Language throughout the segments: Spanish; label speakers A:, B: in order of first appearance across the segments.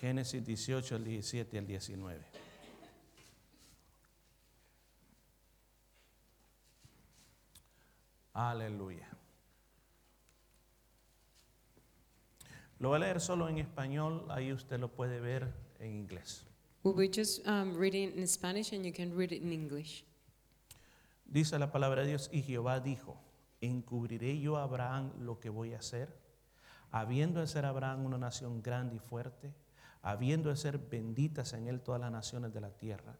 A: Génesis 18, el 17 y el 19. Aleluya. Lo voy a leer solo en español, ahí usted lo puede ver en inglés.
B: We will just um, read it in Spanish and you can read it in English.
A: Dice la palabra de Dios, y Jehová dijo, ¿encubriré yo a Abraham lo que voy a hacer? Habiendo de ser Abraham una nación grande y fuerte, habiendo de ser benditas en él todas las naciones de la tierra,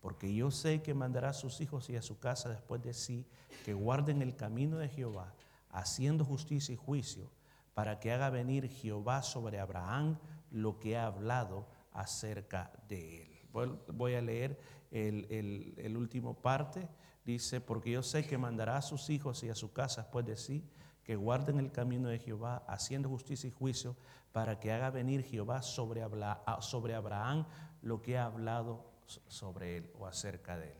A: porque yo sé que mandará a sus hijos y a su casa después de sí, que guarden el camino de Jehová, haciendo justicia y juicio, para que haga venir Jehová sobre Abraham lo que ha hablado acerca de él. Voy- Voy a leer el, el- el último parte. Dice, porque yo sé que mandará a sus hijos y a su casa después de sí, que guarden el camino de Jehová, haciendo justicia y juicio, para que haga venir Jehová sobre, Abla- a- sobre Abraham lo que ha hablado so- sobre él o acerca de él.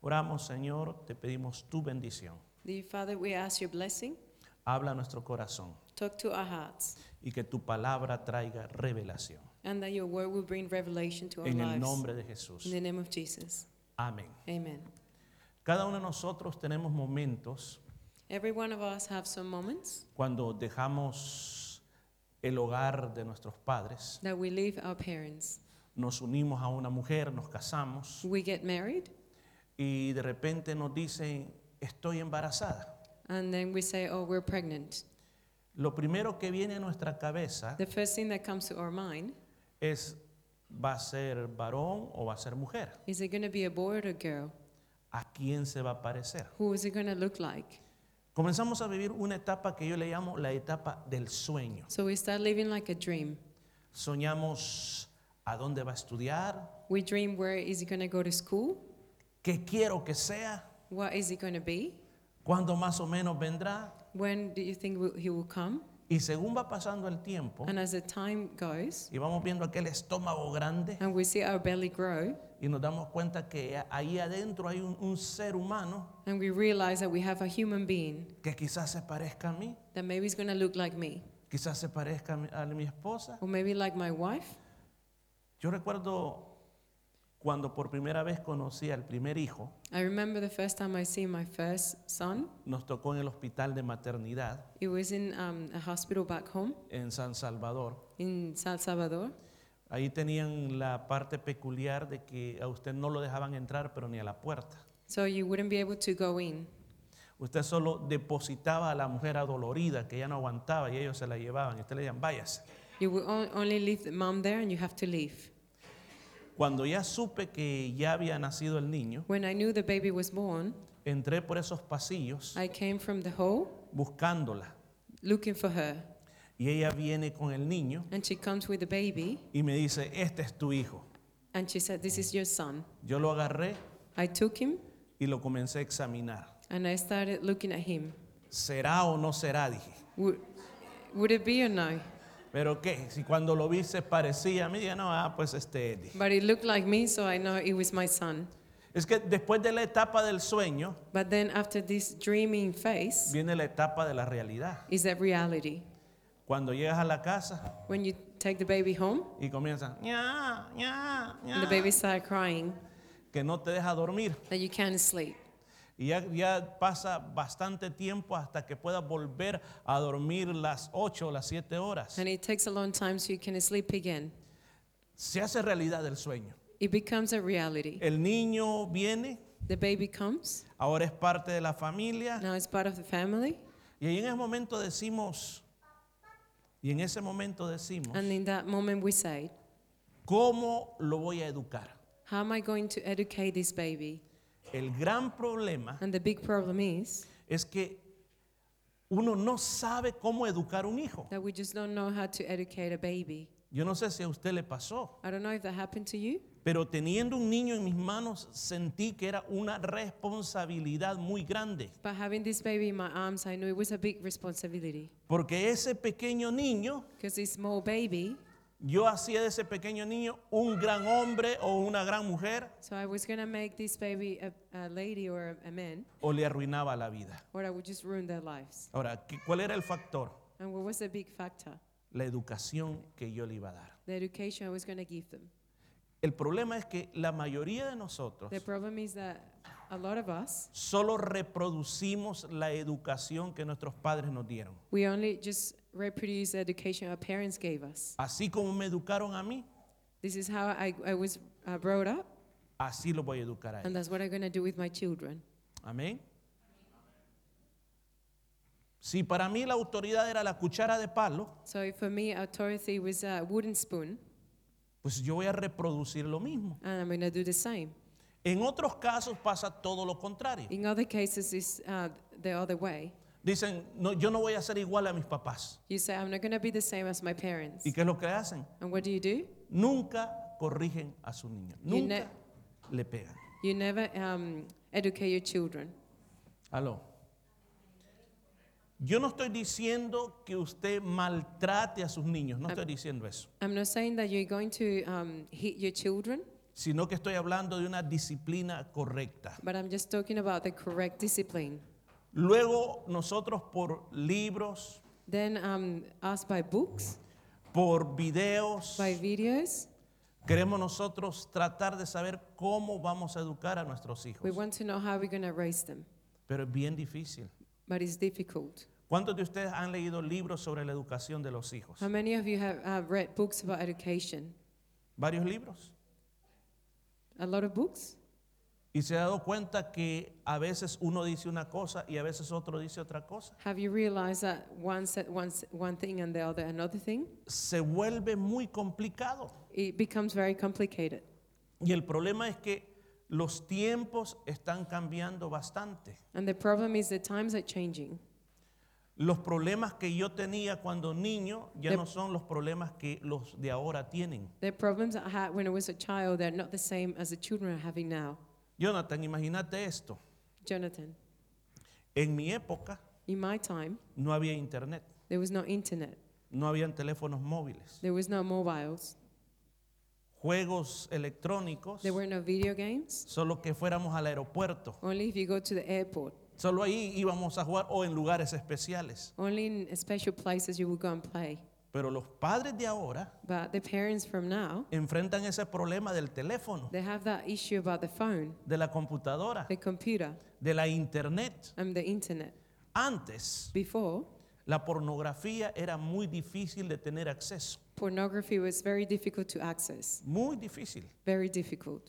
A: Oramos, Señor, te pedimos tu bendición.
B: Dear Father, we ask your blessing.
A: Habla a nuestro corazón
B: Talk to our hearts
A: y que tu palabra traiga revelación.
B: and that your word will bring revelation to our
A: En el
B: lives.
A: nombre de
B: In
A: Jesús.
B: the name of Jesus.
A: Amén.
B: Amen.
A: Cada uno de nosotros tenemos momentos
B: Every one of us have some moments
A: cuando dejamos el hogar de nuestros padres,
B: that we leave our parents.
A: nos unimos a una mujer, nos casamos
B: We get married
A: y de repente nos dicen, estoy embarazada.
B: and then we say, oh, we're pregnant.
A: Lo primero que viene a nuestra cabeza
B: The first thing that comes to our mind
A: es, ¿va a ser varón o va a ser mujer?
B: is it going to be a boy or a girl?
A: ¿A quién se va a parecer?
B: Who is it going to look like?
A: Comenzamos a vivir una etapa que yo le llamo la etapa del sueño.
B: So we start living like a dream.
A: Soñamos a dónde va a estudiar,
B: We dream where is he going to go to school?
A: qué quiero que sea,
B: What is it going to be?
A: cuándo más o menos vendrá.
B: When do you think will- he will come?
A: Y según va pasando el tiempo
B: And as the time goes,
A: y vamos viendo aquel estómago grande
B: and we see our belly grow,
A: y nos damos cuenta que ahí adentro hay un, un ser humano
B: and we realize that we have a human being
A: que quizás se parezca a mí,
B: that maybe is going to look like me,
A: quizás se parezca a mi, a mi esposa.
B: or maybe like my wife.
A: Yo recuerdo cuando por primera vez conocí al primer hijo,
B: I remember the first time I see my first son.
A: nos tocó en el hospital de maternidad
B: It was in um, a hospital back home
A: en San Salvador.
B: in San Salvador.
A: Ahí tenían la parte peculiar de que a usted no lo dejaban entrar, pero ni a la puerta.
B: So you wouldn't be able to go in.
A: Usted solo depositaba a la mujer adolorida que ya no aguantaba y ellos se la llevaban. Y usted le decían, váyase.
B: You will on- only leave the mom there, and you have to leave.
A: Cuando ya supe que ya había nacido el niño,
B: When I knew the baby was born,
A: entré por esos pasillos
B: I came from the hole
A: buscándola.
B: looking for her,
A: Y ella viene con el niño
B: and she comes with the baby,
A: y me dice, este es tu hijo.
B: and she said, "This is your son."
A: Yo lo agarré
B: I took him
A: y lo comencé a examinar.
B: and I started looking at him.
A: ¿Será o no será? Dije.
B: Would, would it be or no?
A: ¿Pero qué? Si cuando lo vi se parecía a mí, dije, no, ah, pues este es. dije.
B: But it looked like me, so I know it was my son.
A: Es que después de la etapa del sueño
B: But then after this dreaming phase
A: viene la etapa de la realidad.
B: is that reality.
A: Cuando llegas a la casa
B: When you take the baby home
A: y comienzan, ña, ña, ña",
B: and the baby started crying,
A: que no te deja dormir.
B: that you can't sleep.
A: Y ya, ya pasa bastante tiempo hasta que puedas volver a dormir las 8 o las 7 horas.
B: And it takes a long time so you can sleep again.
A: Se hace realidad el sueño.
B: It becomes a reality.
A: El niño viene,
B: The baby comes,
A: ahora es parte de la familia.
B: now it's part of the family.
A: Y ahí en ese momento decimos, y en ese momento decimos,
B: And in that moment, we say,
A: ¿cómo lo voy a educar?
B: How am I going to educate this baby?
A: El gran problema
B: And the big problem is
A: es que uno no sabe cómo educar un hijo.
B: that we just don't know how to educate a baby.
A: Yo no sé si a usted le pasó,
B: I don't know if that happened to you,
A: pero teniendo un niño en mis manos sentí que era una responsabilidad muy grande,
B: but having this baby in my arms, I knew it was a big responsibility.
A: porque ese pequeño niño,
B: Because this small baby,
A: yo hacía de ese pequeño niño un gran hombre o una gran mujer
B: so I was going to make this baby a, a lady or a, a man,
A: o le arruinaba la vida.
B: or I would just ruin their lives.
A: Ahora, ¿qué- ¿cuál era el factor?
B: And what was the big factor?
A: la educación que yo le iba a dar.
B: the education I was going to give them.
A: El problema es que la mayoría de nosotros
B: The problem is that a lot of us,
A: solo reproducimos la educación que nuestros padres nos dieron.
B: we only just reproduce the education our parents gave us.
A: Así como me educaron a mí,
B: This is how I, I was uh, brought up,
A: así los voy a educar a
B: and
A: ellos.
B: that's what I'm going to do with my children.
A: Amén. Si para mí la autoridad era la cuchara de palo,
B: So for me, authority was a wooden spoon,
A: pues yo voy a reproducir lo mismo.
B: and I'm going to do the same.
A: En otros casos pasa todo lo contrario.
B: In other cases, it's uh, the other way.
A: Dicen, no, yo no voy a ser igual a mis papás.
B: You say, I'm not going to be the same as my parents.
A: ¿Y qué es lo que hacen?
B: And what do you do?
A: Nunca corrigen a sus niños.
B: You
A: Nunca le pegan.
B: You never um, educate your children.
A: Aló. Yo no estoy diciendo que usted maltrate a sus niños, no estoy diciendo eso,
B: I'm not saying that you're going to um, hit your children,
A: sino que estoy hablando de una disciplina correcta.
B: but I'm just talking about the correct discipline.
A: Luego nosotros por libros,
B: Then um, us by books,
A: por videos,
B: by videos,
A: queremos nosotros tratar de saber cómo vamos a educar a nuestros
B: we
A: hijos.
B: want to know how we're going to raise them,
A: Pero es bien difícil.
B: but it's difficult.
A: ¿Cuántos de ustedes han leído libros sobre la educación de los hijos?
B: How many of you have uh, read books about education?
A: Varios libros.
B: A lot of books?
A: Y se ha dado cuenta que a veces uno dice una cosa y a veces otro dice otra cosa.
B: Have you realized that one said one, s- one thing and the other another thing?
A: Se vuelve muy complicado.
B: It becomes very complicated.
A: Y el problema es que los tiempos están cambiando bastante.
B: And the problem is the times are changing.
A: Los problemas que yo tenía cuando niño ya
B: De-
A: no son los problemas que los de ahora tienen.
B: The problems I had when I was a child are not the same as the children are having now.
A: Jonathan, imagínate esto.
B: Jonathan,
A: En mi época
B: in my time,
A: no había internet,
B: there was no internet,
A: no habían teléfonos móviles,
B: there was no mobiles,
A: juegos electrónicos,
B: there were no video games.
A: solo que fuéramos al aeropuerto.
B: Only if you go to the airport,
A: Solo ahí íbamos a jugar o en lugares especiales.
B: only in special places you would go and play.
A: Pero los padres de ahora
B: But the parents from now,
A: enfrentan ese problema del teléfono,
B: they have that issue about the phone,
A: de la computadora,
B: the computer,
A: de la internet.
B: and the internet.
A: Antes,
B: Before,
A: la pornografía era muy difícil de tener acceso.
B: pornography was very difficult to access,
A: Muy difícil.
B: very difficult.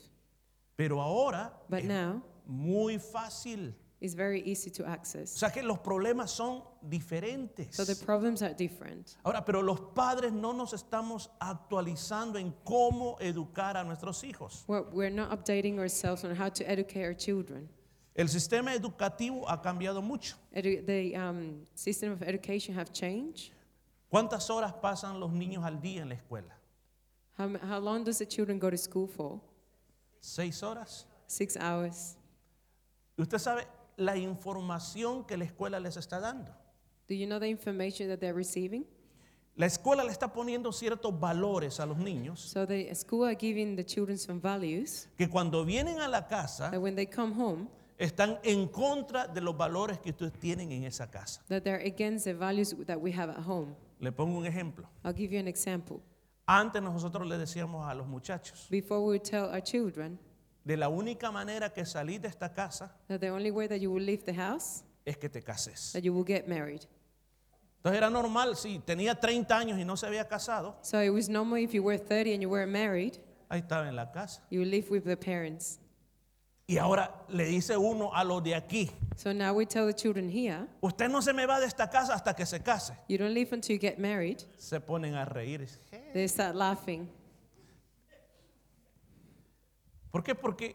A: Pero ahora
B: But
A: es
B: now,
A: muy fácil.
B: it's very easy to
A: O
B: access.
A: sea que los problemas son diferentes.
B: So the problems are different.
A: Ahora, pero los padres no nos estamos actualizando en cómo educar a nuestros hijos.
B: Well, we're not updating ourselves on how to educate our children.
A: El sistema educativo ha cambiado mucho.
B: Edu- the um, system of education have changed.
A: ¿Cuántas horas pasan los niños al día en la escuela?
B: How, m- how long does the children go to school for?
A: ¿Seis horas?
B: Six hours.
A: Y Usted sabe la información que la escuela les está dando.
B: Do you know the information that they're receiving?
A: La escuela le está poniendo ciertos valores a los niños
B: So the uh, school are giving the children some values
A: que cuando vienen a la casa
B: that when they come home,
A: están en contra de los valores que ustedes tienen en esa casa.
B: that they're against the values that we have at home.
A: Le pongo un ejemplo.
B: I'll give you an example.
A: Antes nosotros le decíamos a los muchachos,
B: Before we would tell our children
A: de la única manera que salís de esta casa
B: that the only way that you will leave the house,
A: es que te cases.
B: that you will get married.
A: Entonces era normal, si tenía 30 años y no se había casado,
B: So it was normal if you were 30 and you were married,
A: ahí estaba en la casa.
B: you live with the parents.
A: Y ahora le dice uno a los de aquí,
B: So now we tell the children here,
A: usted no se me va de esta casa hasta que se case.
B: you don't leave until you get married.
A: Se ponen a reír. Je.
B: They start laughing
A: ¿Por qué? Porque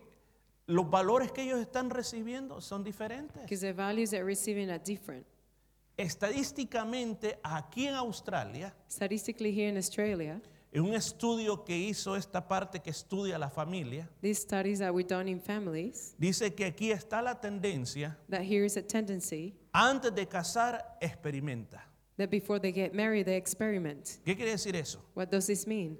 A: los valores que ellos están recibiendo son diferentes.
B: because the values they're receiving are different.
A: Estadísticamente, aquí en Australia,
B: Statistically, here in Australia,
A: en un estudio que hizo esta parte que estudia la familia,
B: these studies that we've done in families,
A: dice que aquí está la tendencia,
B: that here is a tendency
A: antes de casar, experimenta.
B: that before they get married, they experiment.
A: ¿Qué quiere decir eso?
B: What does this mean?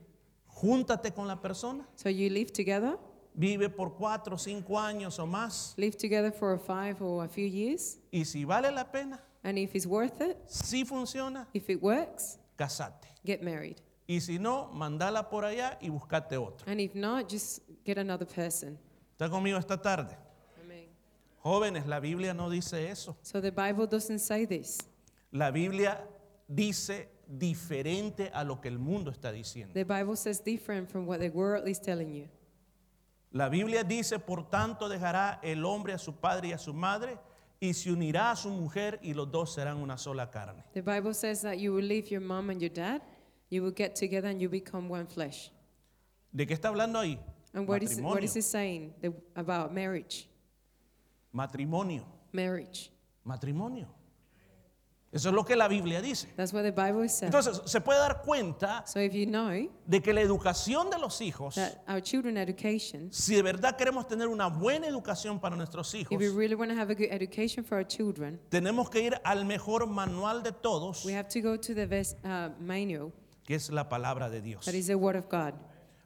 A: Júntate con la persona,
B: So you live together,
A: vive por cuatro o cinco años o más,
B: live together for a five or a few years,
A: y si vale la pena,
B: and if it's worth it,
A: si funciona,
B: if it works,
A: casate.
B: get married.
A: Y si no, mandala por allá y buscate otro.
B: And if not, just get another person.
A: ¿Está conmigo esta tarde?
B: Amen.
A: Jóvenes, la Biblia no dice eso.
B: So the Bible doesn't say this.
A: La Biblia dice diferente a lo que el mundo está diciendo.
B: The Bible says different from what the world is telling you.
A: La Biblia dice, por tanto, dejará el hombre a su padre y a su madre y se unirá a su mujer y los dos serán una sola carne.
B: The Bible says that you will leave your mom and your dad, you will get together and you become one flesh.
A: ¿De qué está hablando ahí?
B: And what is, what
A: matrimonio,
B: is it saying the, about marriage?
A: matrimonio,
B: Marriage.
A: matrimonio. Eso es lo que la Biblia dice.
B: That's what the Bible says.
A: Entonces, se puede dar cuenta
B: so if you know
A: de que la educación de los hijos,
B: that our children education,
A: si de verdad queremos tener una buena educación para nuestros hijos,
B: if we really want to have a good education for our children,
A: tenemos que ir al mejor manual de todos,
B: we have to go to the best uh, manual
A: que es la palabra de Dios.
B: that is the Word of God.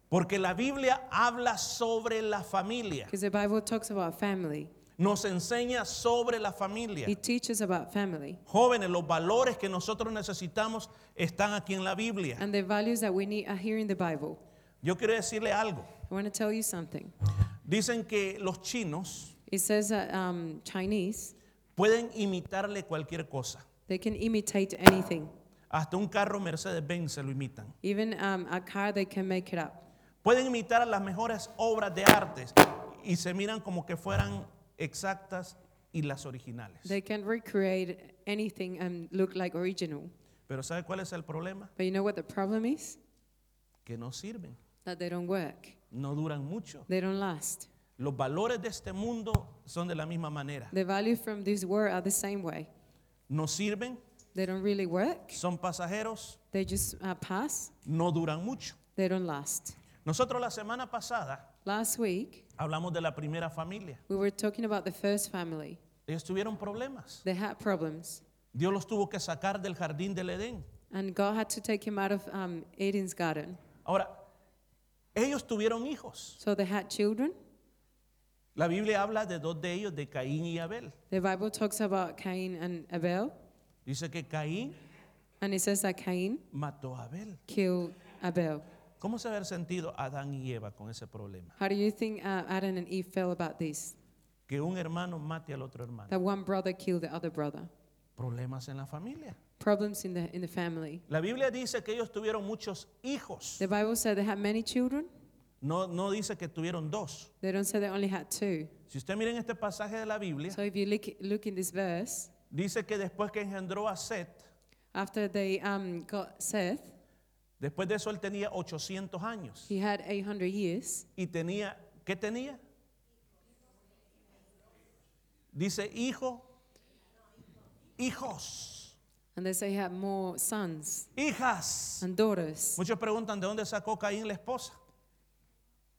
A: Porque la Biblia habla sobre la familia,
B: Because the Bible talks about family,
A: nos enseña sobre la familia.
B: it teaches about family.
A: Jóvenes, los valores que nosotros necesitamos están aquí en la Biblia.
B: And the values that we need are here in the Bible.
A: Yo quiero decirle algo.
B: I want to tell you something.
A: Dicen que los chinos
B: It says that um, Chinese,
A: pueden imitarle cualquier cosa.
B: they can imitate anything.
A: Hasta un carro Mercedes-Benz se lo imitan.
B: Even um, a car, they can make it up.
A: Pueden imitar las mejores obras de arte y se miran como que fueran exactas y las originales.
B: They can recreate anything and look like original.
A: Pero ¿sabe cuál es el problema?
B: But you know what the problem is?
A: Que no sirven,
B: That they don't work,
A: no duran mucho.
B: they don't last.
A: Los valores de este mundo son de la misma manera.
B: The values from this world are the same way.
A: No sirven,
B: They don't really work,
A: son pasajeros,
B: they just uh, pass,
A: no duran mucho.
B: they don't last.
A: Nosotros la semana pasada
B: Last week,
A: hablamos de la primera familia.
B: we were talking about the first family.
A: Ellos tuvieron problemas.
B: They had problems,
A: Dios los tuvo que sacar del jardín del Edén.
B: and God had to take him out of um, Eden's garden.
A: Ahora, ellos tuvieron hijos.
B: So they had children.
A: La Biblia habla de dos de ellos, de Caín y Abel.
B: The Bible talks about Cain and Abel,
A: Dice que Caín
B: and it says that Cain
A: mató a Abel.
B: killed Abel.
A: ¿Cómo se haber sentido Adán y Eva con ese problema?
B: How do you think uh, Adam and Eve felt about this?
A: Que un hermano mate al otro hermano.
B: That one brother killed the other brother.
A: Problemas en la familia.
B: Problems in the in the family.
A: La Biblia dice que ellos tuvieron muchos hijos.
B: The Bible said they had many children.
A: No, no dice que tuvieron dos.
B: They don't say they only had two.
A: Si usted mira en este pasaje de la Biblia,
B: So if you look look in this verse,
A: dice que después que engendró a Set,
B: after they um, got Seth,
A: después de eso él tenía 800 años.
B: he had 800 years,
A: Y tenía, ¿qué tenía? Dice hijo, hijos,
B: and they say he had more sons
A: hijas.
B: and daughters.
A: Muchos preguntan, ¿de dónde sacó Caín la esposa?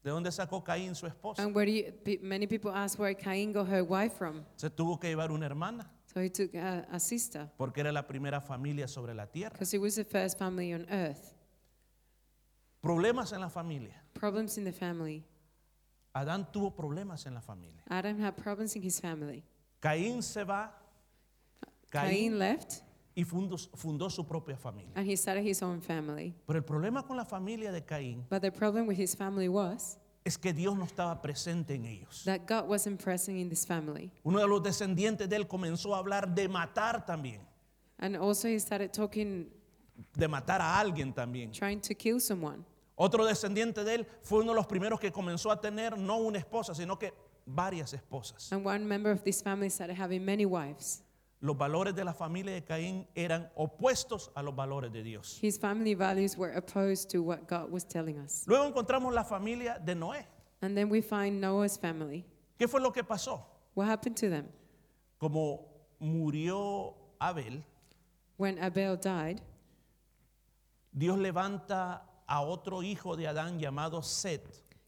A: ¿De dónde sacó Caín su esposa?
B: And where do you, pe- many people ask where Cain got her wife from.
A: Se tuvo que llevar una hermana
B: So he took a, a sister
A: porque era la primera familia sobre la tierra.
B: because he was the first family on earth.
A: Problemas en la familia.
B: Problems in the family.
A: Adán tuvo problemas en la familia.
B: Adam had problems in his family.
A: Caín se va,
B: Cain
A: Caín,
B: left
A: y fundó, fundó su propia familia.
B: and he started his own family.
A: Pero el problema con la familia de Caín
B: But the problem with his family was
A: es que Dios no estaba presente en ellos.
B: that God wasn't present in this family.
A: Uno de los descendientes de él comenzó a hablar de matar también,
B: And also, he started talking,
A: de matar a alguien también.
B: trying to kill someone.
A: Otro descendiente de él fue uno de los primeros que comenzó a tener no una esposa, sino que varias esposas.
B: And one member of this family started having many wives.
A: Los valores de la familia de Caín eran opuestos a los valores de Dios.
B: His family values were opposed to what God was telling us.
A: Luego encontramos la familia de Noé.
B: And then we find Noah's family.
A: ¿Qué fue lo que pasó?
B: What happened to them?
A: Como murió Abel,
B: When Abel died,
A: Dios levanta a otro hijo de Adán llamado Set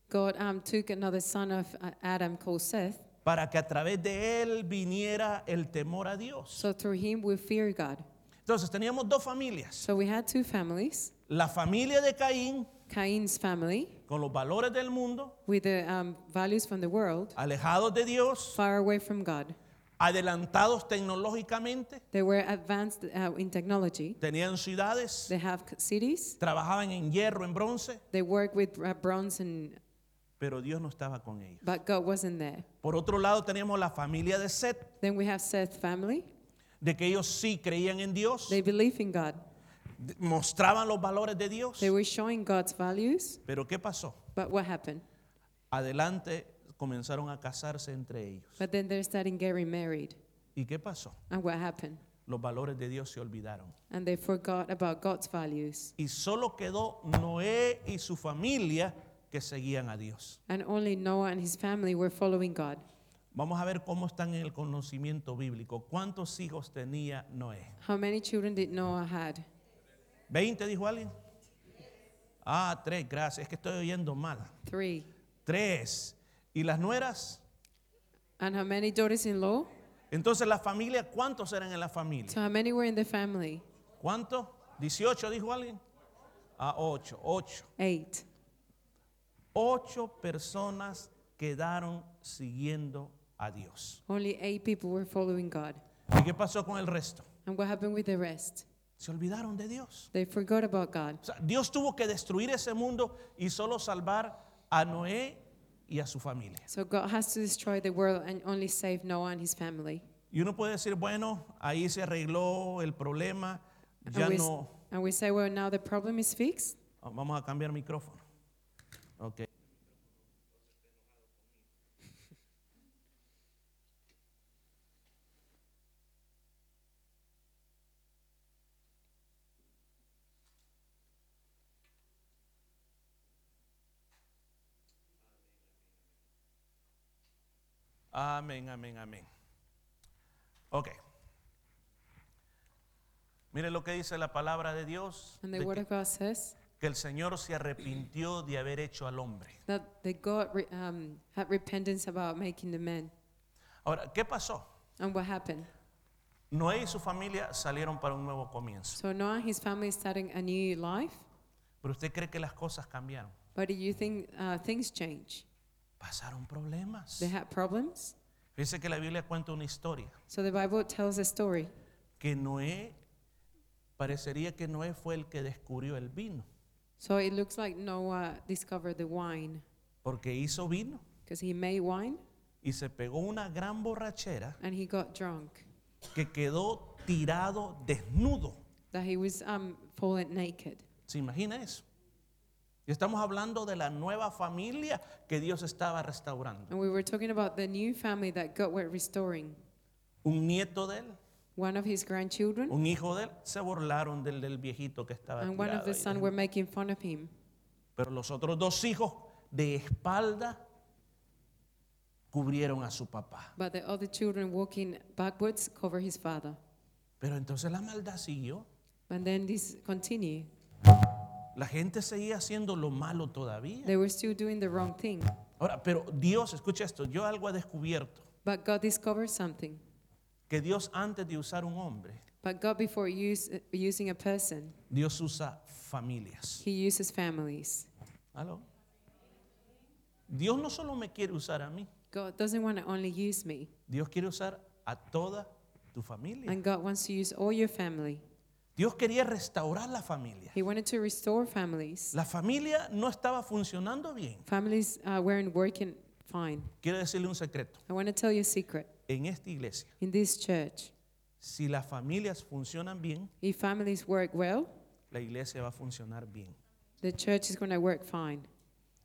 B: God um, took another son of uh, Adam called Seth.
A: para que a través de él viniera el temor a Dios.
B: So through him, we fear God.
A: Entonces teníamos dos familias.
B: So we had two families
A: La familia de Caín,
B: Cain's family,
A: con los valores del mundo,
B: with the um, values from the world,
A: alejados de Dios,
B: far away from God.
A: adelantados tecnológicamente,
B: They were advanced uh, in technology.
A: tenían ciudades,
B: They have c- cities.
A: trabajaban en hierro, en bronce,
B: They work with uh, bronze, and,
A: pero Dios no estaba con ellos.
B: but God wasn't there.
A: Por otro lado teníamos la familia de Seth,
B: Then we have Seth's family.
A: de que ellos sí creían en Dios,
B: They believe in God.
A: de- mostraban los valores de Dios,
B: They were showing God's values.
A: pero ¿qué pasó?
B: But what happened?
A: Adelante comenzaron a casarse entre ellos.
B: But then they're starting getting married.
A: ¿Y qué pasó?
B: And what happened?
A: Los valores de Dios se olvidaron.
B: And they forgot about God's values.
A: Y solo quedó Noé y su familia que seguían a Dios.
B: And only Noah and his family were following God.
A: Vamos a ver cómo están en el conocimiento bíblico. ¿Cuántos hijos tenía Noé?
B: How many children did Noah had?
A: ¿20 dijo alguien? Ah, tres, gracias. Es que estoy oyendo mal.
B: Three.
A: Tres. ¿Y las nueras?
B: And how many daughters-in-law?
A: Entonces la familia, ¿cuántos eran en la familia?
B: So how many were in the family?
A: ¿Cuántos? ¿18 dijo alguien? Ah, ocho, ocho.
B: Eight.
A: Ocho personas quedaron siguiendo a Dios.
B: Only eight people were following God.
A: ¿Y qué pasó con el resto?
B: And what happened with the rest?
A: Se olvidaron de Dios.
B: They forgot about God.
A: O sea, Dios tuvo que destruir ese mundo y solo salvar a Noé y a su familia.
B: So God has to destroy the world and only save Noah and his family.
A: Y uno puede decir, bueno, ahí se arregló el problema,
B: And,
A: ya
B: we, s-
A: no.
B: and we say, well, now the problem is fixed.
A: Ah, Vamos a cambiar micrófono. Ok. Amén, amén, amén. Ok. Mire lo que dice la palabra de Dios.
B: And the
A: de
B: Word
A: que-
B: of God says
A: que el Señor se arrepintió de haber hecho al hombre.
B: that the God re- um, had repentance about making the man.
A: Ahora, ¿qué pasó?
B: And what happened?
A: Noé y su familia salieron para un nuevo comienzo.
B: So Noah and his family is starting a new life.
A: Pero usted cree que las cosas cambiaron.
B: But do you think uh, things change?
A: Pasaron problemas.
B: They had problems.
A: Fíjese que la Biblia cuenta una historia.
B: So the Bible tells a story
A: Que Noé, parecería que Noé fue el que descubrió el vino.
B: So it looks like Noah discovered the wine
A: Porque hizo vino
B: because he made wine
A: y se pegó una gran borrachera
B: and he got drunk,
A: que quedó tirado desnudo.
B: that he was um, fallen naked.
A: ¿Se imagina eso? Y estamos hablando de la nueva familia que Dios estaba restaurando.
B: And we were talking about the new family that God were restoring.
A: un nieto de él,
B: One of his grandchildren
A: un hijo de él, se burlaron del, del viejito que estaba
B: and one
A: tirado
B: of the
A: ahí.
B: son were making fun of him.
A: Pero los otros dos hijos de espalda cubrieron a su papá.
B: But the other children walking backwards cover his father.
A: Pero entonces la maldad siguió.
B: And then this continue.
A: La gente seguía haciendo lo malo todavía.
B: They were still doing the wrong thing.
A: Ahora, pero Dios, escucha esto, yo algo he descubierto,
B: But God discovered something.
A: que Dios antes de usar un hombre,
B: But God, before use, using a person,
A: Dios usa familias.
B: he uses families.
A: ¿Aló? Dios no solo me quiere usar a mí,
B: God doesn't want to only use me.
A: Dios quiere usar a toda tu familia.
B: And God wants to use all your family.
A: Dios quería restaurar la familia.
B: He wanted to restore families.
A: La familia no estaba funcionando bien.
B: Families uh, weren't working fine.
A: Quiero decirle un secreto.
B: I want to tell you a secret.
A: En esta iglesia,
B: In this church,
A: si las familias funcionan bien,
B: if families work well,
A: la iglesia va a funcionar bien.
B: the church is going to work fine.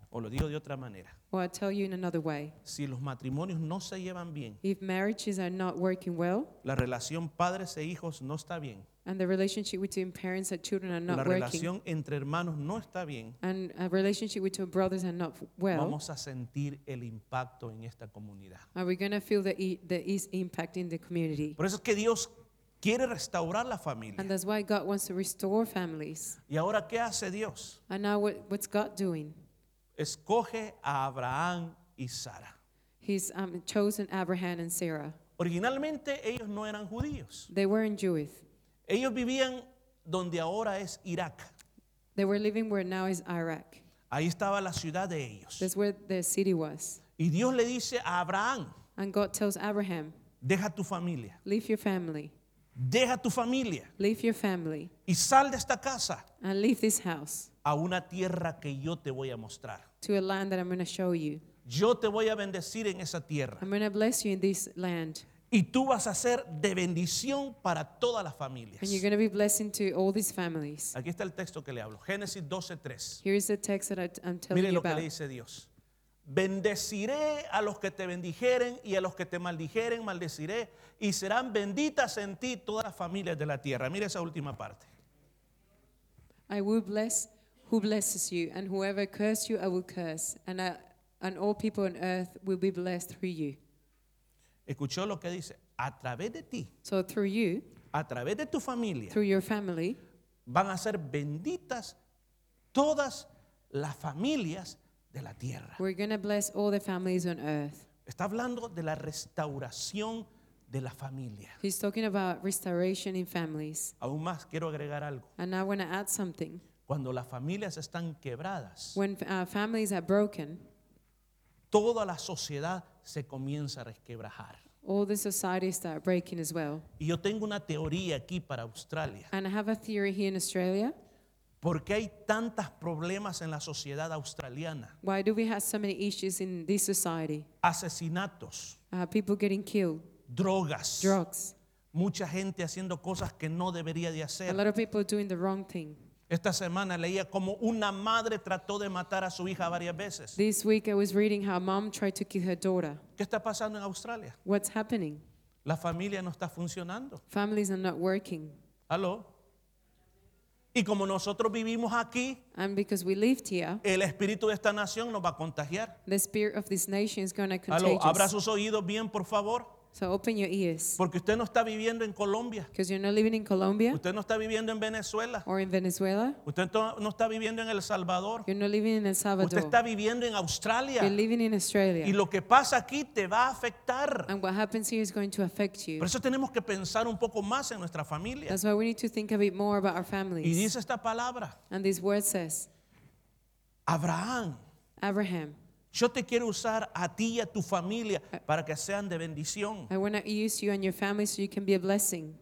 A: O lo digo de otra manera.
B: Or I'll tell you in another way.
A: Si los matrimonios no se llevan bien,
B: If marriages are not working well,
A: la relación padres e hijos no está bien,
B: and the relationship between parents and children are
A: la
B: not working,
A: relación entre hermanos no está bien,
B: and a relationship between brothers are not well,
A: vamos a sentir el impacto en esta comunidad.
B: are we going to feel the, e- the is impact in the community?
A: Por eso es que Dios quiere restaurar la
B: And
A: familia.
B: that's why God wants to restore families.
A: ¿Y ahora qué hace Dios?
B: And now, what, what's God doing?
A: Escoge a Abraham y Sara.
B: He's um, chosen Abraham and Sarah.
A: Originalmente ellos no eran judíos.
B: They weren't Jewish.
A: Ellos vivían donde ahora es Irak.
B: They were living where now is Iraq.
A: Ahí estaba la ciudad de ellos.
B: That's where their city was.
A: Y Dios le dice a Abraham,
B: And God tells Abraham,
A: Deja tu familia,
B: Leave your family.
A: deja tu familia
B: Leave your family
A: y sal de esta casa
B: and leave this house
A: a una tierra que yo te voy a mostrar.
B: to a land that I'm going to show you.
A: Yo te voy a bendecir en esa tierra
B: I'm going to bless you in this land.
A: y tú vas a ser de bendición para todas las familias.
B: And you're going to be blessing to all these families.
A: Aquí está el texto que le hablo, Génesis 12:3.
B: Here is the text that I, am telling
A: Miren
B: you
A: lo que
B: about.
A: le dice Dios. Bendeciré a los que te bendijeren y a los que te maldijeren, maldeciré, y serán benditas en ti todas las familias de la tierra. Mire esa última parte.
B: I will bless who blesses you, and whoever curse you, I will curse, and I, and all people on earth will be blessed through you.
A: Escuchó lo que dice. A través de ti,
B: So through you,
A: a través de tu familia,
B: through your family,
A: van a ser benditas todas las familias de la tierra.
B: we're going to bless all the families on earth.
A: Está hablando de la restauración de la familia.
B: He's talking about restoration in families.
A: Aún más quiero agregar algo.
B: And I want to add something.
A: Cuando las familias están quebradas,
B: When uh, families are broken,
A: toda la sociedad se comienza a resquebrajar.
B: all the societies start breaking as well.
A: Y yo tengo una teoría aquí para Australia.
B: And I have a theory here in Australia.
A: ¿Por qué hay tantos problemas en la sociedad australiana?
B: Why do we have so many issues in this society?
A: Asesinatos,
B: Uh, people getting killed,
A: drogas,
B: drugs,
A: mucha gente haciendo cosas que no debería de
B: a
A: hacer.
B: lot of people doing the wrong thing.
A: Esta semana leía como una madre trató de matar a su hija varias veces.
B: This week I was reading how mom tried to kill her daughter.
A: ¿Qué está pasando en Australia?
B: What's happening?
A: La familia no está funcionando.
B: Families are not working.
A: ¿Aló? Y como nosotros vivimos aquí,
B: And because we lived here,
A: el espíritu de esta nación nos va a contagiar.
B: the spirit of this nation is going to
A: Aló, abra
B: contagious.
A: sus oídos bien, por favor.
B: So open your ears.
A: Porque usted no está viviendo en Colombia,
B: Because you're not living in Colombia
A: usted no está viviendo en Venezuela,
B: or in Venezuela.
A: usted to- no está viviendo en El Salvador,
B: You're not living in El
A: usted
B: Salvador.
A: está viviendo en Australia.
B: You're living in
A: Y
B: Australia.
A: lo que pasa aquí te va a afectar.
B: And what happens here is going to affect you.
A: Por eso tenemos que pensar un poco más en nuestra familia.
B: That's why we need to think a bit more about our
A: Y
B: families.
A: dice esta palabra,
B: And this word says,
A: Abraham,
B: Abraham,
A: yo te quiero usar a ti y a tu familia para que sean de bendición.
B: I want to use you and your family so you can be a blessing.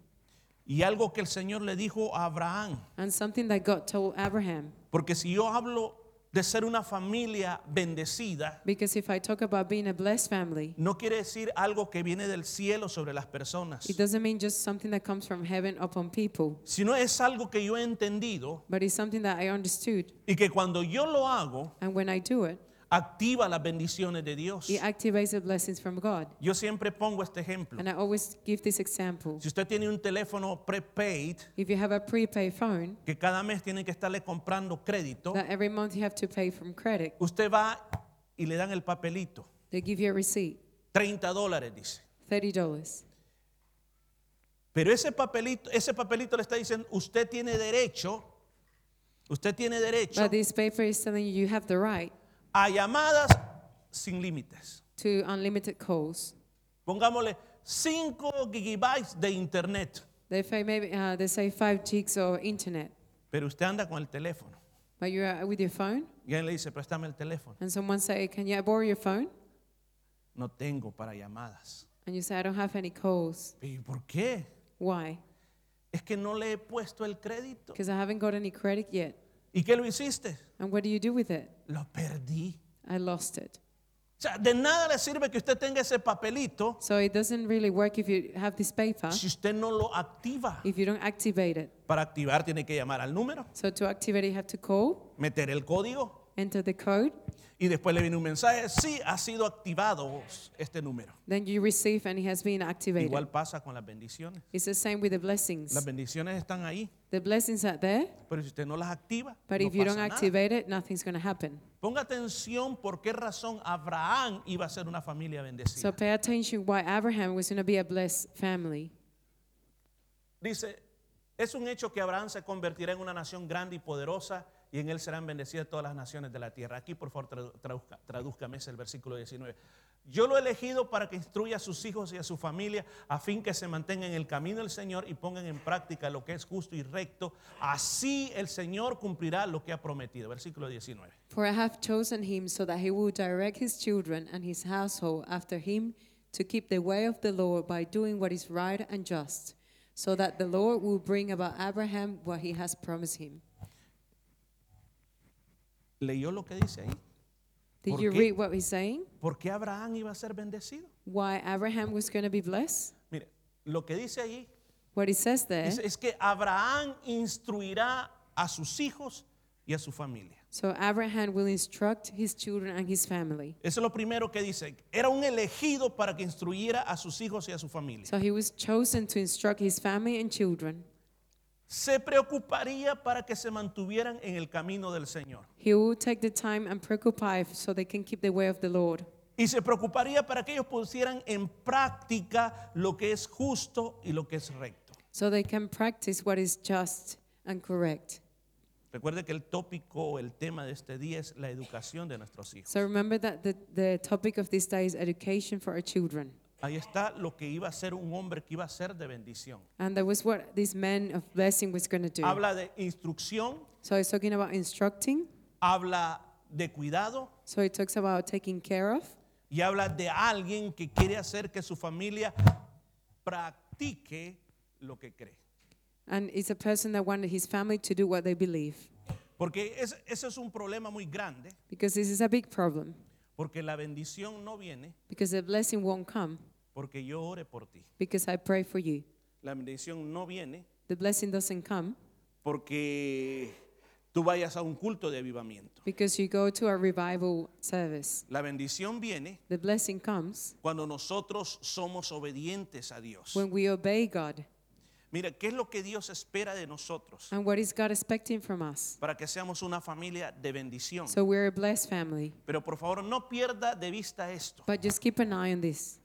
A: Y algo que el Señor le dijo a Abraham,
B: And something that God told Abraham.
A: porque si yo hablo de ser una familia bendecida,
B: Because if I talk about being a blessed family,
A: no quiere decir algo que viene del cielo sobre las personas,
B: it doesn't mean just something that comes from heaven upon people,
A: sino es algo que yo he entendido
B: but it's something that I understood.
A: y que cuando yo lo hago,
B: And when I do it,
A: activa las bendiciones de Dios.
B: it activates the blessings from God.
A: Yo siempre pongo este ejemplo.
B: And I always give this example.
A: Si usted tiene un teléfono prepaid,
B: If you have a prepaid phone
A: que cada mes tiene que estarle comprando crédito,
B: that every month you have to pay from credit,
A: usted va y le dan el papelito,
B: they give you a receipt,
A: 30 dólares dice.
B: $30.
A: Pero ese papelito, ese papelito le está diciendo, usted tiene derecho, usted tiene derecho
B: But this paper is telling you you have the right
A: a llamadas sin límites.
B: to unlimited calls.
A: Pongámosle 5 gigabytes de internet,
B: They, say maybe, uh, they say 5 gigs or internet,
A: pero usted anda con el teléfono.
B: but you're uh, with your phone
A: Y alguien le dice, préstame el teléfono.
B: and someone say, can you borrow your phone?
A: No tengo para llamadas.
B: And you say, I don't have any calls.
A: ¿Y por qué?
B: Why?
A: Es que no le he puesto el crédito.
B: Because I haven't got any credit yet.
A: ¿Y qué lo hiciste?
B: And what do you do with it?
A: Lo perdí.
B: I lost it.
A: O sea, de nada le sirve que usted tenga ese papelito
B: So it doesn't really work if you have this paper,
A: si usted no lo activa.
B: if you don't activate it.
A: Para activar tiene que llamar al número,
B: So to activate it, you have to call,
A: meter el código
B: enter the code,
A: y después le viene un mensaje, sí, ha sido activado este número.
B: then you receive and it has been activated.
A: Igual pasa con las bendiciones.
B: It's the same with the blessings.
A: Las bendiciones están ahí,
B: The blessings are there,
A: pero si usted no las activa,
B: but
A: no
B: if you
A: pasa
B: don't
A: nada.
B: activate it, nothing's going to happen.
A: Ponga atención por qué razón Abraham iba a ser una familia
B: So
A: bendecida.
B: pay attention why Abraham was going to be a blessed family.
A: Dice, es un hecho que Abraham se convertirá en una nación grande y poderosa y en él serán bendecidas todas las naciones de la tierra. Aquí, por favor, tradu- traduzca- tradúzcame ese el versículo 19. Yo lo he elegido para que instruya a sus hijos y a su familia a fin que se mantengan en el camino del Señor y pongan en práctica lo que es justo y recto. Así el Señor cumplirá lo que ha prometido. Versículo 19.
B: For I have chosen him so that he will direct his children and his household after him to keep the way of the Lord by doing what is right and just, so that the Lord will bring about Abraham what he has promised him.
A: ¿Leyó lo que dice ahí?
B: Did
A: ¿Por
B: you
A: qué?
B: read what he's saying?
A: ¿Por qué Abraham iba a ser bendecido?
B: Why Abraham was going to be blessed?
A: Mire, lo que dice ahí
B: What it says there.
A: dice, es que Abraham instruirá a sus hijos y a su familia.
B: So Abraham will instruct his children and his family.
A: Eso es lo primero que dice. Era un elegido para que instruyera a sus hijos y a su familia.
B: So he was chosen to instruct his family and children.
A: Se preocuparía para que se mantuvieran en el camino del Señor.
B: He will take the time and preoccupy so they can keep the way of the Lord.
A: Y se preocuparía para que ellos pusieran en práctica lo que es justo y lo que es recto.
B: so they can practice what is just and correct.
A: Recuerde que el tópico o el tema de este día es la educación de nuestros hijos.
B: So remember that the, the topic of this day is education for our children.
A: Ahí está lo que iba a ser un hombre que iba a ser de bendición.
B: And that was what this man of blessing was going to do.
A: Habla de instrucción,
B: So he's talking about instructing.
A: habla de cuidado
B: So he talks about taking care of.
A: y habla de alguien que quiere hacer que su familia practique lo que cree.
B: And it's a person that wanted his family to do what they believe.
A: Porque es- ese es un problema muy grande,
B: Because this is a big problem.
A: porque la bendición no viene
B: Because the blessing won't come.
A: porque yo ore por ti.
B: Because I pray for you.
A: La bendición no viene
B: The blessing doesn't come
A: porque tú vayas a un culto de avivamiento.
B: because you go to a revival service.
A: La bendición viene
B: The blessing comes
A: cuando nosotros somos obedientes a Dios.
B: when we obey God.
A: Mira, ¿qué es lo que Dios espera de nosotros?
B: And what is God expecting from us?
A: Para que seamos una familia de bendición.
B: So we're a blessed family.
A: Pero por favor, no pierda de vista esto.
B: But just keep an eye on this.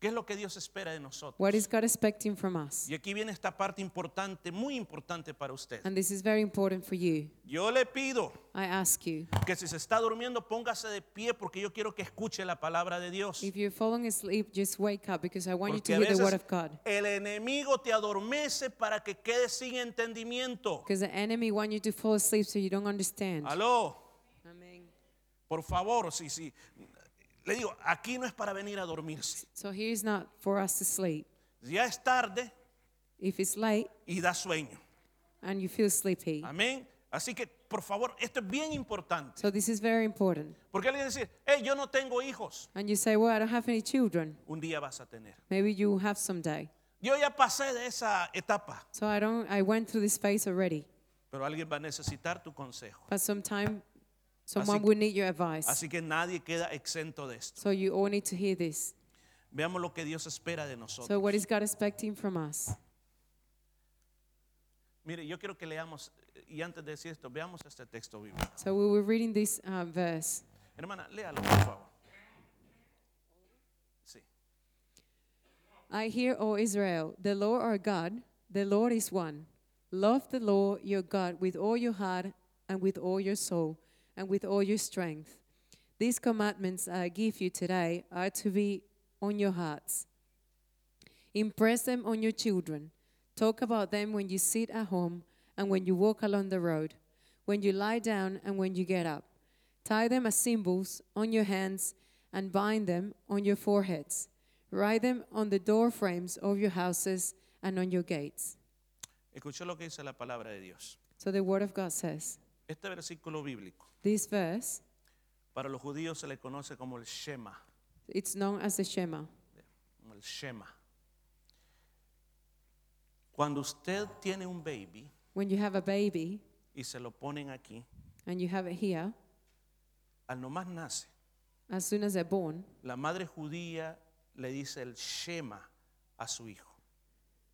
A: ¿Qué es lo que Dios espera de nosotros?
B: What is God expecting from us?
A: Y aquí viene esta parte importante, muy importante para usted.
B: And this is very important for you.
A: Yo le pido
B: I ask you,
A: que si se está durmiendo, póngase de pie porque yo quiero que escuche la palabra de Dios.
B: if you're falling asleep, just wake up because I want you
A: Porque
B: to
A: a
B: hear the word
A: veces
B: of God.
A: el enemigo te adormece para que quedes sin entendimiento.
B: Because the enemy wants you to fall asleep so you don't understand.
A: Aló,
B: Amen.
A: por favor, sí, sí. Le digo, aquí no es para venir a dormirse.
B: So here's not for us to sleep.
A: Ya es tarde
B: If it's late
A: y da sueño.
B: and you feel sleepy.
A: Amén. Así que, por favor, esto es bien importante.
B: So this is very important.
A: Porque alguien dice, hey, yo no tengo hijos.
B: And you say, well, I don't have any children.
A: Un día vas a tener.
B: Maybe you will have someday.
A: Yo ya pasé de esa etapa,
B: So I don't, I went through this phase already.
A: pero alguien va a necesitar tu consejo.
B: But sometime someone
A: que-
B: will need your advice.
A: Así que nadie queda exento de esto.
B: so you all need to hear this.
A: Veamos lo que Dios espera de nosotros.
B: So what is God expecting from us?
A: Mire, yo quiero que leamos, eh, y antes de decir esto, veamos este texto bíblico.
B: So we were reading this uh, verse.
A: Hermana, léalo, por favor. Sí.
B: I hear, O Israel, the Lord our God, the Lord is one. Love the Lord your God with all your heart and with all your soul and with all your strength. These commandments I give you today are to be on your hearts. Impress them on your children. Talk about them when you sit at home and when you walk along the road, when you lie down and when you get up. Tie them as symbols on your hands and bind them on your foreheads. Write them on the door frames of your houses and on your gates.
A: Escuchó lo que dice la palabra de Dios.
B: So the Word of God says
A: Este versículo bíblico,
B: this verse,
A: para los judíos se le conoce como el Shema.
B: it's known as the Shema.
A: como el Shema. Cuando usted tiene un baby
B: When you have a baby
A: y se lo ponen aquí,
B: and you have it here,
A: al nomás nace,
B: as soon as they're born,
A: la madre judía le dice el Shema a su hijo.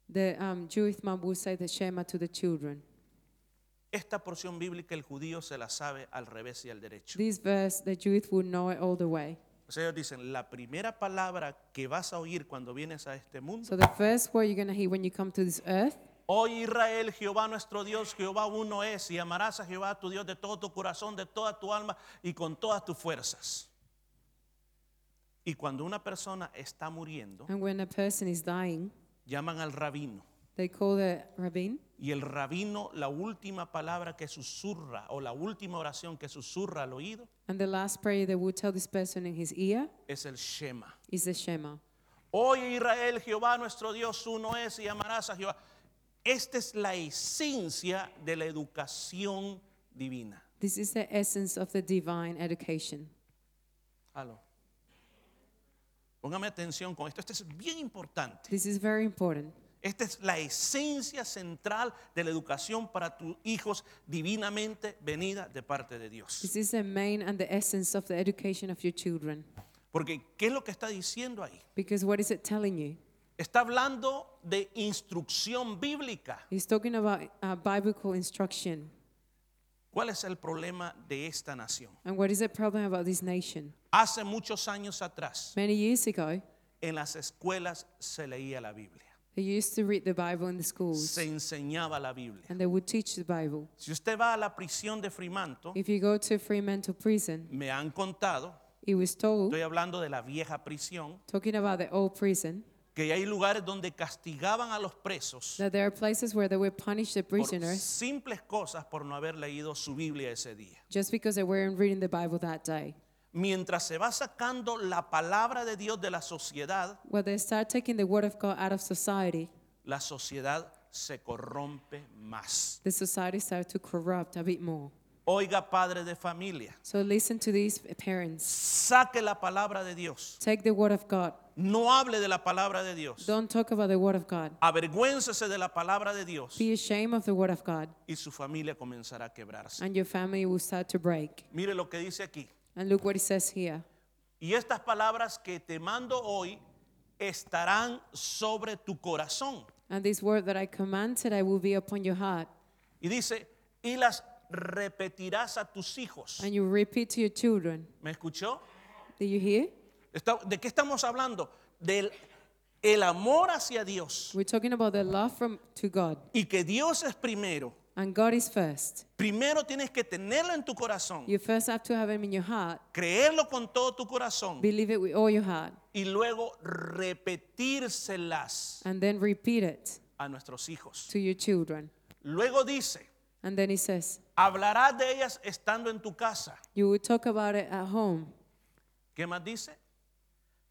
B: the um, Jewish mom will say the Shema to the children.
A: Esta porción bíblica el judío se la sabe al revés y al derecho.
B: This verse, the Jews would know it all the way.
A: O sea, ellos dicen, la primera palabra que vas a oír cuando vienes a este mundo,
B: So the first word you're going to hear when you come to this earth,
A: hoy Oh Israel, Jehová nuestro Dios, Jehová uno es, y amarás a Jehová tu Dios de todo tu corazón, de toda tu alma y con todas tus fuerzas. Y cuando una persona está muriendo,
B: and when a person is dying,
A: llaman al rabino
B: They call the rabbin.
A: Y el rabino, la última palabra que susurra o la última oración que susurra al oído
B: And the last prayer they would tell this person in his ear
A: es el Shema.
B: is the Shema.
A: Oye Israel, Jehová nuestro Dios uno es y amarás a Jehová. Esta es la esencia de la educación divina.
B: This is the essence of the divine education.
A: Aló. Póngame atención con esto, esto es bien importante.
B: This is very important.
A: Esta es la esencia central de la educación para tus hijos divinamente venida de parte de Dios.
B: This is the main and the essence of the education of your children.
A: Porque ¿qué es lo que está diciendo ahí?
B: Because what is it telling you?
A: Está hablando de instrucción bíblica.
B: He's talking about uh, biblical instruction.
A: ¿Cuál es el problema de esta nación?
B: And what is the problem about this nation?
A: Hace muchos años atrás,
B: Many years ago,
A: en las escuelas se leía la Biblia,
B: they used to read the Bible in the schools
A: se enseñaba la Biblia.
B: and they would teach the Bible.
A: Si usted va a la prisión de Frimanto,
B: If you go to Fremantle prison,
A: me han contado,
B: it was told,
A: estoy hablando de la vieja prisión,
B: talking about the old prison,
A: que hay lugares donde castigaban a los presos
B: that there are places where they would punish the
A: por
B: prisoners
A: simples cosas por no haber leído su Biblia ese día.
B: just because they weren't reading the Bible that day.
A: Mientras se va sacando la palabra de Dios de la sociedad,
B: Well, they start taking the word of God out of society.
A: la sociedad se corrompe más.
B: The society started to corrupt a bit more.
A: Oiga, padre de familia,
B: So listen to these parents.
A: saque la palabra de Dios.
B: Take the word of God.
A: No hable de la palabra de Dios.
B: Don't talk about the word of God.
A: Avergüéncese de la palabra de Dios
B: Be ashamed of the word of God,
A: y su familia comenzará a quebrarse.
B: and your family will start to break.
A: Mire lo que dice aquí.
B: And look what it says here.
A: Y estas palabras que te mando hoy estarán sobre tu corazón.
B: And this word that I commanded, I will be upon your heart,
A: Y dice, y las repetirás a tus hijos.
B: and you repeat to your children.
A: ¿Me escuchó?
B: Do you hear?
A: Está- ¿De qué estamos hablando? Del el amor hacia Dios
B: We're talking about the love from to God,
A: y que Dios es primero.
B: and God is first.
A: Primero tienes que tenerlo en tu corazón,
B: You first have to have Him in your heart.
A: creerlo con todo tu corazón
B: Believe it with all your heart,
A: y luego repetírselas
B: and then repeat it
A: a nuestros hijos.
B: to your children.
A: Luego dice,
B: And then He says,
A: hablarás de ellas estando en tu casa.
B: "You will talk about it at home
A: ¿Qué más dice?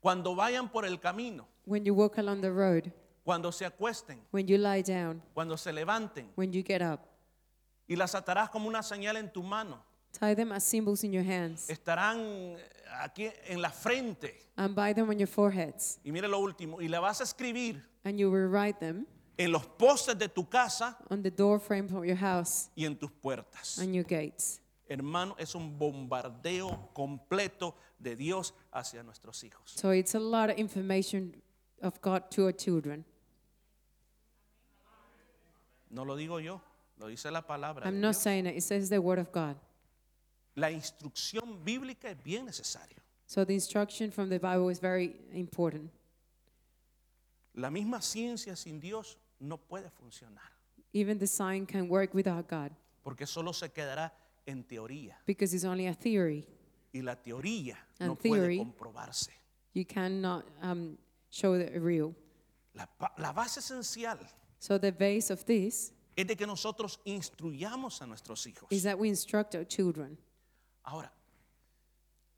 A: Cuando vayan por el camino,
B: when you walk along the road,
A: cuando se acuesten,
B: when you lie down,
A: cuando se levanten,
B: when you get up.
A: y las atarás como una señal en tu mano.
B: Tie them as symbols in your hands,
A: Estarán eh, aquí en la frente.
B: and bind them on your foreheads,
A: Y mire lo último, y la vas a escribir
B: and you will write them
A: en los postes de tu casa
B: on the door frame of your house
A: y en tus puertas.
B: and your gates."
A: Hermano, es un bombardeo completo de Dios hacia nuestros hijos.
B: So it's a lot of information of God to our children.
A: No lo digo yo, lo dice la palabra. de
B: I'm not
A: Dios.
B: saying it, it says the word of God.
A: La instrucción bíblica es bien necesaria.
B: So the instruction from the Bible is very important.
A: La misma ciencia sin Dios no puede funcionar,
B: Even the sign can work without God
A: porque solo se quedará en teoría.
B: because it's only a theory.
A: Y la teoría no
B: And
A: puede
B: theory.
A: comprobarse.
B: You cannot um, show the real.
A: La, pa- la base esencial
B: So the base of this
A: es de que nosotros instruyamos a nuestros hijos.
B: is that we instruct our children.
A: Ahora,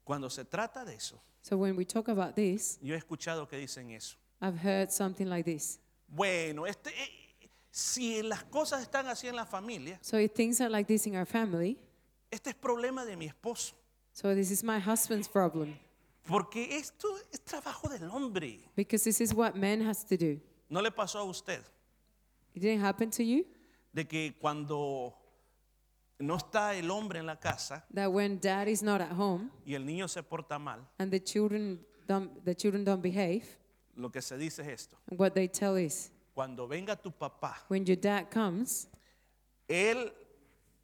A: cuando se trata de eso,
B: So when we talk about this,
A: yo he escuchado que dicen eso.
B: I've heard something like this.
A: Bueno, este, eh, eh, si las cosas están así en la familia,
B: So if things are like this in our family,
A: este es problema de mi esposo,
B: so this is my husband's problem
A: porque esto es trabajo del hombre.
B: because this is what man has to do.
A: ¿No le pasó a usted
B: It didn't happen to you
A: de que cuando no está el hombre en la casa
B: that when dad is not at home
A: y el niño se porta mal,
B: and the children don't, the children don't behave,
A: lo que se dice es esto,
B: what they tell is
A: cuando venga tu papá,
B: when your dad comes,
A: él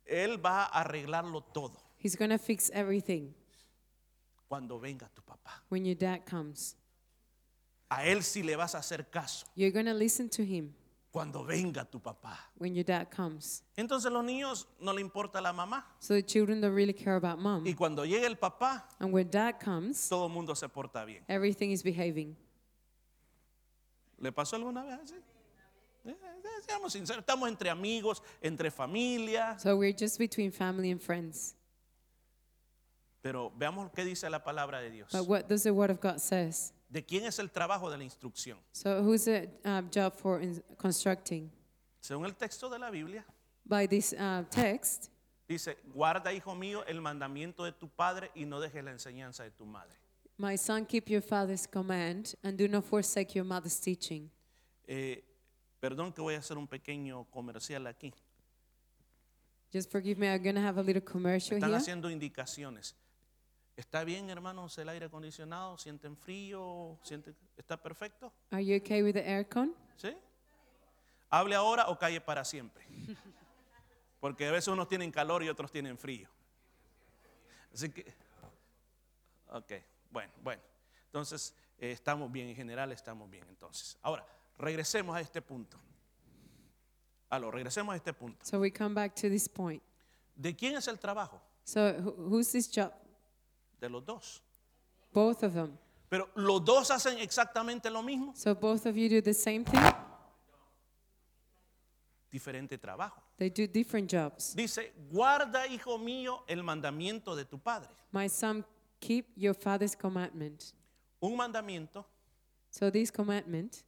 A: él va a arreglarlo todo
B: he's going to fix everything
A: cuando venga tu papá.
B: when your dad comes.
A: A él sí le vas a hacer caso
B: You're going to listen to him
A: cuando venga tu papá.
B: when your dad comes.
A: Entonces los niños no le importa la mamá
B: So the children don't really care about
A: y
B: mom.
A: cuando llega el papá
B: And when dad comes,
A: todo el mundo se porta bien.
B: everything is behaving.
A: ¿Le pasó alguna vez así? Eh, eh, Seamos sinceros, estamos entre amigos, entre familia,
B: So we're just between family and friends.
A: pero veamos qué dice la palabra de Dios.
B: But what does the Word of God says?
A: ¿De quién es el trabajo de la instrucción?
B: So who's the uh, job for in constructing?
A: Según el texto de la Biblia,
B: By this uh, text,
A: dice, guarda, hijo mío, el mandamiento de tu padre y no dejes la enseñanza de tu madre.
B: my son, keep your father's command and do not forsake your mother's teaching.
A: Eh, perdón que voy a hacer un pequeño comercial aquí.
B: Just forgive me, I'm going to have a little commercial
A: Están
B: here.
A: haciendo indicaciones. ¿Está bien, hermanos, el aire acondicionado? ¿Sienten frío? ¿Sienten, ¿Está perfecto?
B: Are you okay with the aircon?
A: ¿Sí? Hable ahora o calle para siempre. Porque a veces unos tienen calor y otros tienen frío. Así que, ok, bueno, bueno. Entonces, eh, estamos bien, en general estamos bien. Entonces, ahora, regresemos a este punto. Aló, regresemos a este punto.
B: So we come back to this point.
A: ¿De quién es el trabajo?
B: So who- who's this job?
A: De los dos.
B: Both of them.
A: Pero los dos hacen exactamente lo mismo,
B: So both of you do the same thing.
A: diferente trabajo.
B: They do different jobs.
A: Dice, guarda, hijo mío, el mandamiento de tu padre.
B: My son, keep your father's commandment.
A: Un mandamiento,
B: So this commandment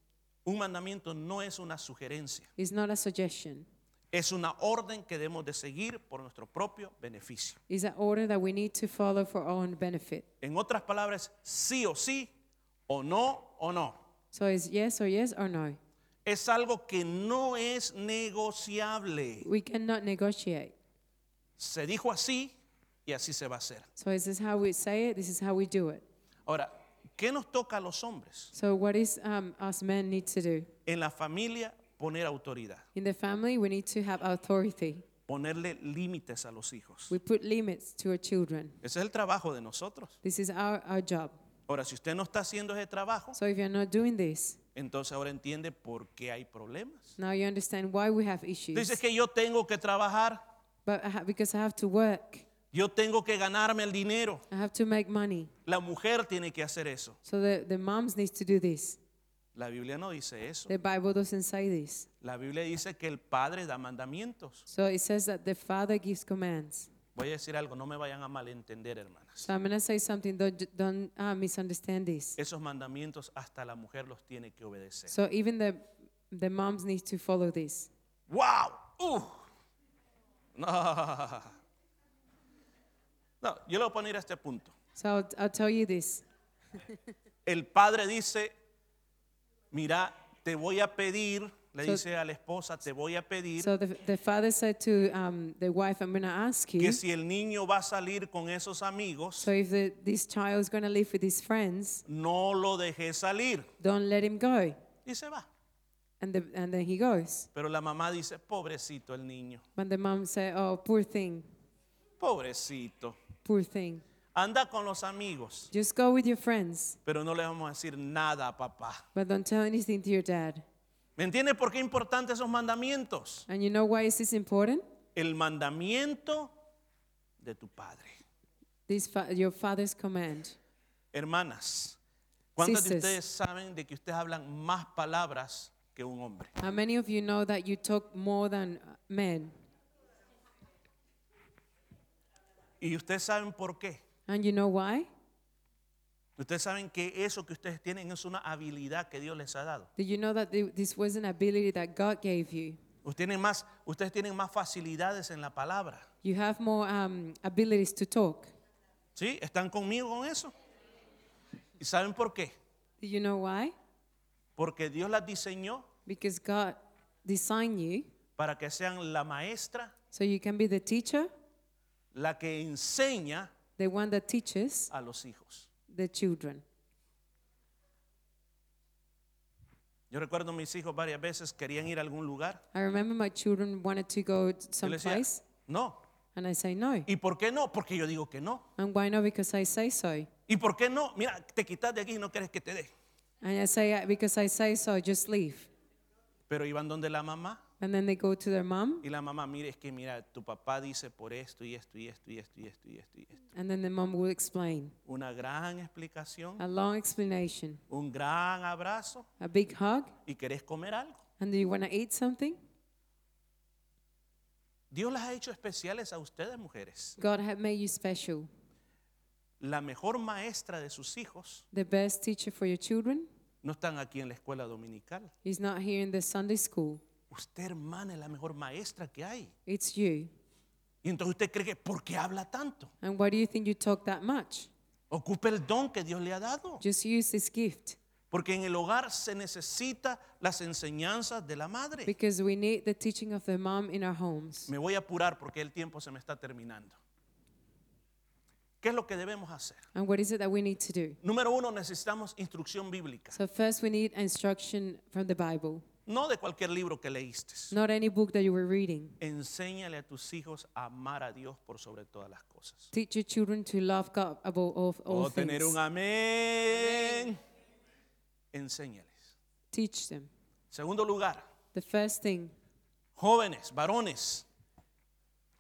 A: un mandamiento no es una sugerencia,
B: is not a suggestion.
A: es una orden que debemos de seguir por nuestro propio beneficio.
B: It's an order that we need to follow for our own benefit.
A: En otras palabras, sí o sí, o no o no.
B: So it's yes or yes or no.
A: Es algo que no es negociable.
B: We cannot negotiate.
A: Se dijo así y así se va a hacer.
B: So this is how we say it. This is how we do it.
A: Ahora, ¿qué nos toca a los hombres?
B: So what is um, us men need to do?
A: En la familia, poner autoridad.
B: In the family, we need to have authority.
A: ponerle límites a los hijos.
B: We put limits to our children.
A: Ese es el trabajo de nosotros.
B: This is our, our job.
A: Ahora, si usted no está haciendo ese trabajo,
B: So if you're not doing this,
A: entonces ahora entiende por qué hay problemas.
B: now you understand why we have issues.
A: Dice que yo tengo que trabajar,
B: But I ha- because I have to work,
A: yo tengo que ganarme el dinero.
B: I have to make money.
A: La mujer tiene que hacer eso.
B: So the, the moms need to do this.
A: La Biblia no dice eso.
B: The Bible doesn't say this.
A: La Biblia dice que el padre da mandamientos.
B: So it says that the father gives commands.
A: Voy a decir algo, no me vayan a malentender, hermanas.
B: So I'm going to say something, don't, don't uh, misunderstand this.
A: Esos mandamientos hasta la mujer los tiene que obedecer.
B: So even the, the moms need to follow this.
A: ¡Wow! ¡Uf! ¡Uh! No. no, yo le voy a poner a este punto.
B: So I'll, I'll tell you this.
A: El padre dice, mira, te voy a pedir, le
B: So-
A: dice a la esposa, te voy a pedir
B: So the, the father said to um, the wife, I'm going to ask you.
A: que si el niño va a salir con esos amigos,
B: So if the, this child is going to live with his friends,
A: no lo dejes salir.
B: don't let him go.
A: Y se va.
B: And, the, and then he goes.
A: Pero la mamá dice, pobrecito el niño,
B: But the mom said, oh, poor thing,
A: pobrecito.
B: poor thing.
A: Anda con los amigos,
B: Just go with your friends,
A: pero no le vamos a decir nada a papá.
B: but don't tell anything to your dad.
A: ¿Me entiendes por qué importantes esos mandamientos?
B: And you know why is this important?
A: el mandamiento de tu padre.
B: This fa- your father's command.
A: Hermanas, ¿cuántas de
B: Sisters.
A: ustedes saben de que ustedes hablan más palabras que un hombre?
B: How many of you know that you talk more than uh, men?
A: Y ustedes saben por qué.
B: And you know why?
A: Ustedes saben que eso que ustedes tienen es una habilidad que Dios les ha dado.
B: Do you know that th- this was an ability that God gave you?
A: Ustedes tienen más, ustedes tienen más facilidades en la palabra.
B: You have more um, abilities to talk.
A: ¿Sí? ¿Están conmigo con eso? ¿Y saben por qué?
B: Do you know why?
A: Porque Dios las diseñó
B: Because God designed you
A: para que sean la maestra,
B: so you can be the teacher,
A: la que enseña
B: the one that teaches
A: a los hijos.
B: the children.
A: Yo recuerdo a mis hijos varias veces querían ir a algún lugar
B: I remember my children wanted to go t-
A: Yo le decía,
B: someplace,
A: no.
B: and I say no.
A: ¿Y por qué no? Porque yo digo que no.
B: And why not? Because I say so.
A: ¿Y por qué no? Mira, te quitas de aquí y no quieres que te dé.
B: And I say, "Uh, because I say so, just leave.
A: Pero iban donde la mamá
B: And then they go to their mom,
A: y la mamá, mire, es que mira, tu papá dice por esto y esto y esto y esto y esto y esto y esto.
B: and then the mom will explain.
A: Una gran explicación,
B: A long explanation,
A: un gran abrazo
B: a big hug,
A: y querés comer algo.
B: And do you want to eat something?
A: Dios las ha hecho especiales a ustedes, mujeres.
B: God had made you special.
A: La mejor maestra de sus hijos
B: The best teacher for your children
A: no están aquí en la escuela dominical.
B: is not here in the Sunday school.
A: Usted, hermana, es la mejor maestra que hay.
B: It's you.
A: Y entonces usted cree que, ¿por qué habla tanto?
B: And why do you think you talk that much?
A: Ocupe el don que Dios le ha dado.
B: Just use this gift
A: Porque en el hogar se necesita las enseñanzas de la madre.
B: because we need the teaching of the mom in our homes.
A: Me voy a apurar porque el tiempo se me está terminando. ¿Qué es lo que debemos hacer?
B: And what is it that we need to do?
A: Número uno, necesitamos instrucción bíblica.
B: So, first, we need instruction from the Bible,
A: No de cualquier libro que leíste.
B: not any book that you were reading.
A: Enséñale a tus hijos a amar a Dios por sobre todas las cosas.
B: Teach your children to love God above all, all
A: O Oh, tener
B: things.
A: un amén. Enséñales.
B: Teach them.
A: Segundo lugar,
B: The first thing,
A: jóvenes, varones.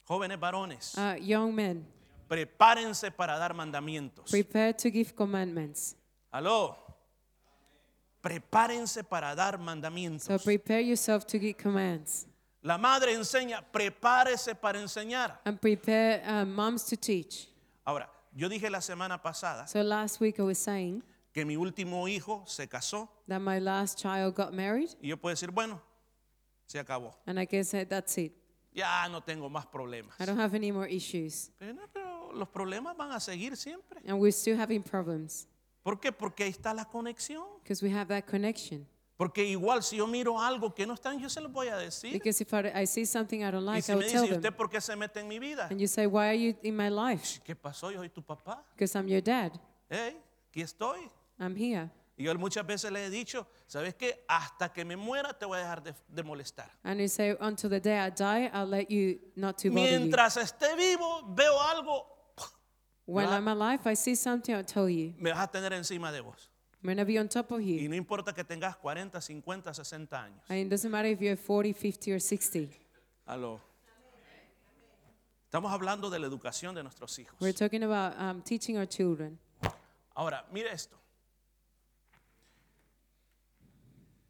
A: Jóvenes varones,
B: uh, young men,
A: prepárense para dar mandamientos.
B: prepare to give commandments.
A: Aló. Prepárense para dar
B: So,
A: mandamientos.
B: prepare yourself to give commands
A: La madre enseña, prepárese para enseñar.
B: and prepare uh, moms to teach.
A: Ahora, yo dije la semana pasada
B: So, last week I was saying
A: que mi último hijo se casó
B: that my last child got married,
A: y yo puedo decir, bueno, se acabó.
B: and I guess that- that's it.
A: Ya no tengo más problemas.
B: I don't have any more issues.
A: Pero, no, pero los problemas van a seguir siempre.
B: And we're still having problems
A: ¿Por qué? Porque ahí está la conexión.
B: because we have that connection.
A: Porque igual si yo miro algo que no está, yo se lo voy a decir.
B: Because if I, I see something I don't
A: Y
B: like,
A: si
B: I
A: me
B: will tell
A: dice, ¿y
B: them.
A: usted por qué se mete en mi vida?
B: And you say, Why are you in my life?
A: ¿Qué pasó? Yo soy tu papá.
B: Because I'm your dad.
A: Hey, aquí estoy.
B: I'm here.
A: Y yo muchas veces le he dicho, ¿sabes qué? Hasta que me muera te voy a dejar de, de molestar.
B: And you say, Until the day I die, I'll let you not to bother you.
A: Mientras esté vivo, veo algo,
B: When
A: la-
B: I'm alive, I see something, I'll tell you.
A: me vas a tener encima de vos.
B: I'm going to be on top of
A: Y
B: you.
A: no importa que tengas 40, 50, 60 años.
B: And it doesn't matter if you're 40, 50, or 60.
A: Aló. Estamos hablando de la educación de nuestros hijos.
B: We're talking about um, teaching our children.
A: Ahora, mire esto.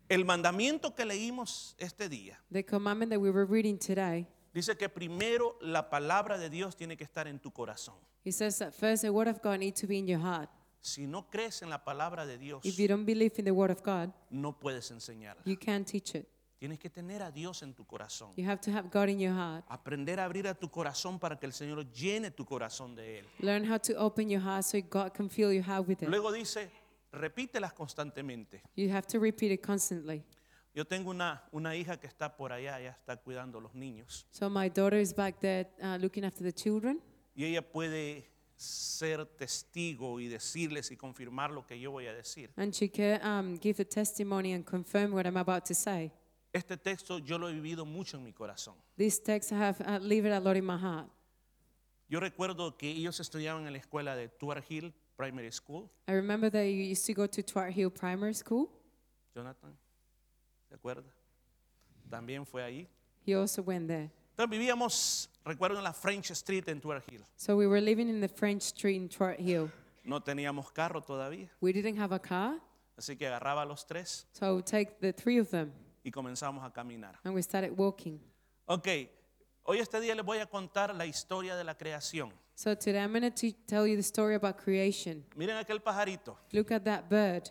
A: El mandamiento que leímos este día
B: The commandment that we were reading today,
A: dice que primero la palabra de Dios tiene que estar en tu corazón.
B: it says that first the word of God needs to be in your heart.
A: Si no crees en la palabra de Dios,
B: If you don't believe in the word of God,
A: no puedes enseñarla.
B: you can't teach it.
A: Tienes que tener a Dios en tu corazón.
B: You have to have God in your heart.
A: Aprender a abrir a tu corazón para que el Señor llene tu corazón de Él.
B: Learn how to open your heart so God can fill your heart with it.
A: Luego dice, repítelas constantemente.
B: You have to repeat it constantly.
A: Yo tengo una, una hija que está por allá, ya está cuidando a los niños.
B: So my daughter is back there uh, looking after the children,
A: Y ella puede ser testigo y decirles y confirmar lo que yo voy a decir.
B: and she can um, give the testimony and confirm what I'm about to say.
A: Este texto yo lo he vivido mucho en mi corazón.
B: These texts have uh, lived a lot in my heart.
A: Yo recuerdo que ellos estudiaban en la escuela de Tuar Hill Primary School.
B: I remember that you used to go to Twart Hill Primary School.
A: Jonathan, ¿se acuerda? También fue ahí.
B: He also went there.
A: Entonces vivíamos, recuerdo, en la French Street en Tuar Hill.
B: So we were living in the French street in Twart Hill.
A: No teníamos carro todavía.
B: We didn't have a car,
A: Así que agarraba a los tres
B: so I would take the three of them
A: y comenzamos a caminar.
B: and we started walking.
A: Ok, hoy este día les voy a contar la historia de la creación.
B: So today I'm going to tell you the story about creation.
A: Miren aquel pajarito.
B: Look at that bird.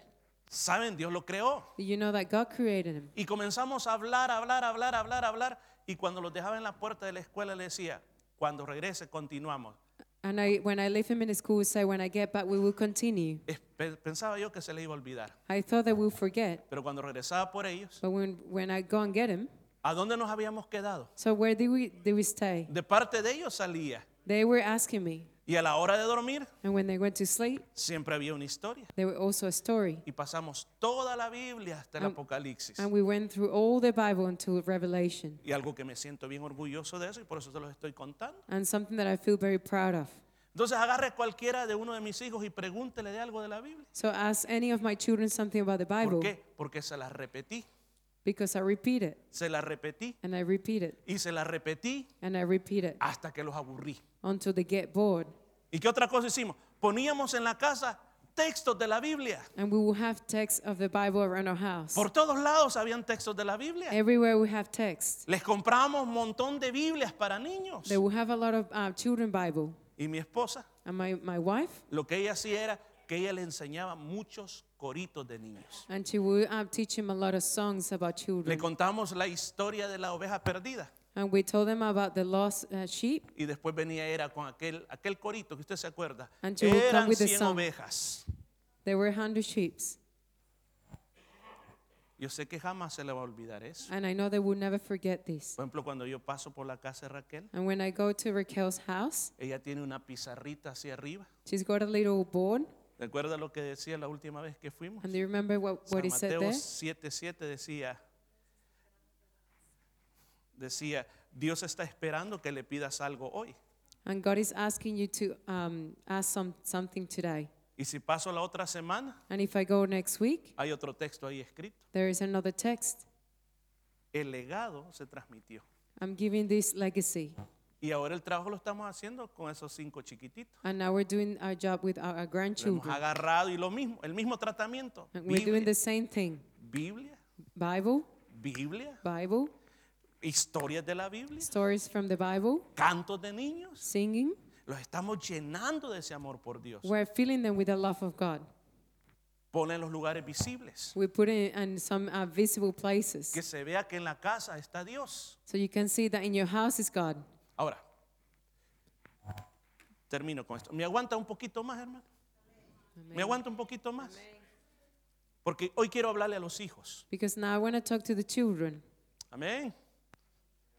A: Saben, Dios lo creó.
B: You know that God created him.
A: Y comenzamos a hablar, a hablar, a hablar, a hablar, a hablar. Y cuando los dejaba en la puerta de la escuela, le decía, cuando regrese, continuamos.
B: And I, when I leave him in the school, we say, when I get back, we will continue.
A: Es- pe- Pensaba yo que se le iba a olvidar.
B: I thought that we'll forget,
A: Pero cuando regresaba por ellos,
B: but when, when I go and get him,
A: ¿a dónde nos habíamos quedado?
B: so where did we, did we stay?
A: De parte de ellos salía.
B: They were asking me.
A: Y a la hora de dormir,
B: And when they went to sleep,
A: siempre había una historia.
B: there were also a story.
A: Y pasamos toda la Biblia hasta el
B: Am-
A: Apocalipsis.
B: And we went through all the Bible until Revelation,
A: Y algo que me siento bien orgulloso de eso y por eso te los estoy contando.
B: and something that I feel very proud of.
A: Entonces agarre cualquiera de uno de mis hijos y pregúntele de algo de la Biblia.
B: So ask any of my children something about the
A: ¿Por
B: Bible
A: qué? Porque se las repetí,
B: because I repeat it
A: se las repetí
B: and I repeat it
A: y se las repetí
B: and I repeat it
A: hasta que los aburrí.
B: until they get bored.
A: ¿Y qué otra cosa hicimos? Poníamos en la casa textos de la Biblia.
B: And we will have texts of the Bible around our house.
A: Por todos lados habían textos de la Biblia.
B: Everywhere we have texts.
A: Les compramos un montón de Biblias para niños.
B: They will have a lot of uh, children Bible.
A: Y mi esposa,
B: And my, my wife,
A: lo que ella hacía era que ella le enseñaba muchos coritos de niños.
B: and she will uh, teach him a lot of songs about
A: Le
B: children.
A: contamos la historia de la oveja perdida.
B: And we told them about the lost uh, sheep.
A: Y después venía era con aquel, aquel corito que usted se acuerda.
B: And she would come
A: Eran
B: with the
A: 100
B: song.
A: ovejas.
B: There were 100 sheep.
A: Yo sé que jamás se le va a olvidar eso.
B: And I know they will never forget this.
A: Por ejemplo, cuando yo paso por la casa de Raquel,
B: And when I go to Raquel's house,
A: ella tiene una pizarrita hacia arriba.
B: she's got a little board.
A: ¿Recuerda lo que decía la última vez que fuimos?
B: And do you remember what, what
A: San
B: it said
A: Mateo
B: there?
A: 7:7 decía decía, Dios está esperando que le pidas algo hoy.
B: And God is asking you to um, ask some, something today.
A: Y si paso la otra semana,
B: And if I go next week,
A: hay otro texto ahí escrito.
B: there is another text.
A: El legado se transmitió.
B: I'm giving this legacy.
A: Y ahora el trabajo lo estamos haciendo con esos cinco chiquititos.
B: And now we're doing our job with our, our
A: Lo hemos
B: grandchildren.
A: agarrado y lo mismo, el mismo tratamiento.
B: And we're doing
A: Biblia,
B: the same thing
A: Biblia,
B: Bible,
A: Biblia,
B: Bible,
A: historias de la Biblia,
B: stories from the Bible,
A: cantos de niños.
B: singing.
A: Los estamos llenando de ese amor por Dios.
B: We're filling them with the love of God.
A: Ponen los lugares visibles.
B: We put it in some uh, visible
A: Que
B: places.
A: se vea que en la casa está Dios.
B: So you can see that in your house is God.
A: Ahora, termino con esto. ¿Me aguanta un poquito más, hermano? ¿Me aguanta un poquito más? Porque hoy quiero hablarle a los hijos.
B: Because now I want to talk to the children.
A: Amén.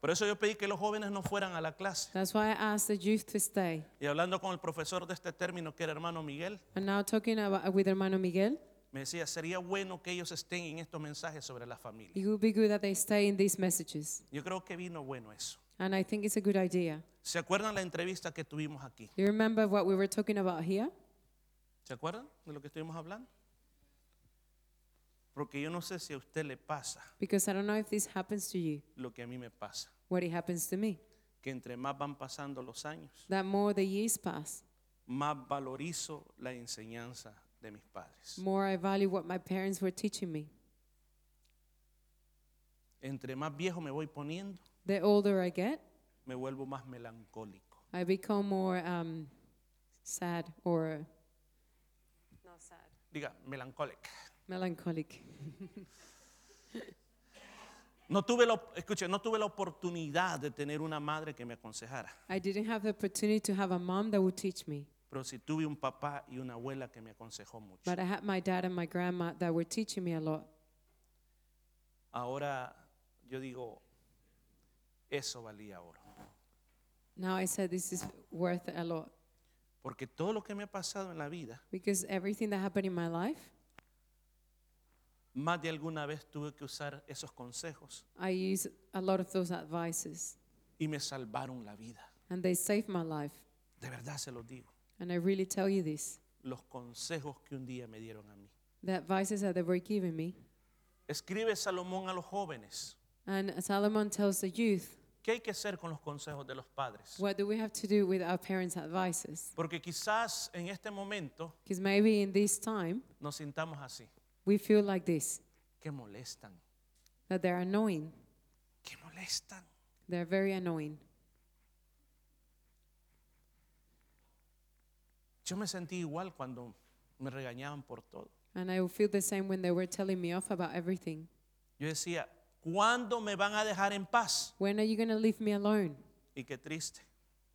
A: Por eso yo pedí que los jóvenes no fueran a la clase.
B: That's why I asked the youth to stay.
A: Y hablando con el profesor de este término, que era hermano Miguel,
B: And now talking about, with Hermano Miguel,
A: me decía, sería bueno que ellos estén en estos mensajes sobre la familia.
B: it would be good that they stay in these messages.
A: Yo creo que vino bueno eso.
B: And I think it's a good idea.
A: ¿Se acuerdan la entrevista que tuvimos aquí?
B: You remember what we were talking about here?
A: ¿Se acuerdan de lo que estuvimos hablando? Porque yo no sé si a usted le pasa
B: Because I don't know if this happens to you,
A: lo que a mí me pasa,
B: what it happens to me.
A: que entre más van pasando los años,
B: That more the years pass,
A: más valorizo la enseñanza de mis padres.
B: more I value what my parents were teaching me.
A: Entre más viejo me voy poniendo,
B: The older I get,
A: me vuelvo más melancólico.
B: I become more um, sad or
A: Diga, melancólico.
B: melancholic.
A: No tuve la, op- escuche, no tuve la oportunidad de tener una madre que me aconsejara,
B: I didn't have the opportunity to have a mom that would teach me,
A: pero sí tuve un papá y una abuela que me aconsejó mucho.
B: but I had my dad and my grandma that were teaching me a lot.
A: Ahora yo digo, eso valía oro,
B: Now I said this is worth a lot
A: porque todo lo que me ha pasado en la vida,
B: because everything that happened in my life,
A: más de alguna vez tuve que usar esos consejos
B: I use a lot of those advices
A: y me salvaron la vida.
B: and they saved my life.
A: De verdad se los digo,
B: And I really tell you this
A: los consejos que un día me dieron a mí.
B: the advices that they were giving me.
A: Escribe Salomón a los jóvenes,
B: And Solomon tells the youth,
A: ¿qué hay que hacer con los consejos de los padres?
B: what do we have to do with our parents' advices?
A: Porque quizás en este momento
B: Because maybe in this time,
A: nos sintamos así.
B: we feel like this
A: que molestan,
B: that they're annoying.
A: que molestan.
B: They're very annoying.
A: Yo me sentí igual cuando me regañaban por todo.
B: And I will feel the same when they were telling me off about everything.
A: Yo decía, ¿cuándo me van a dejar en paz?
B: When are you going to leave me alone?
A: Y qué triste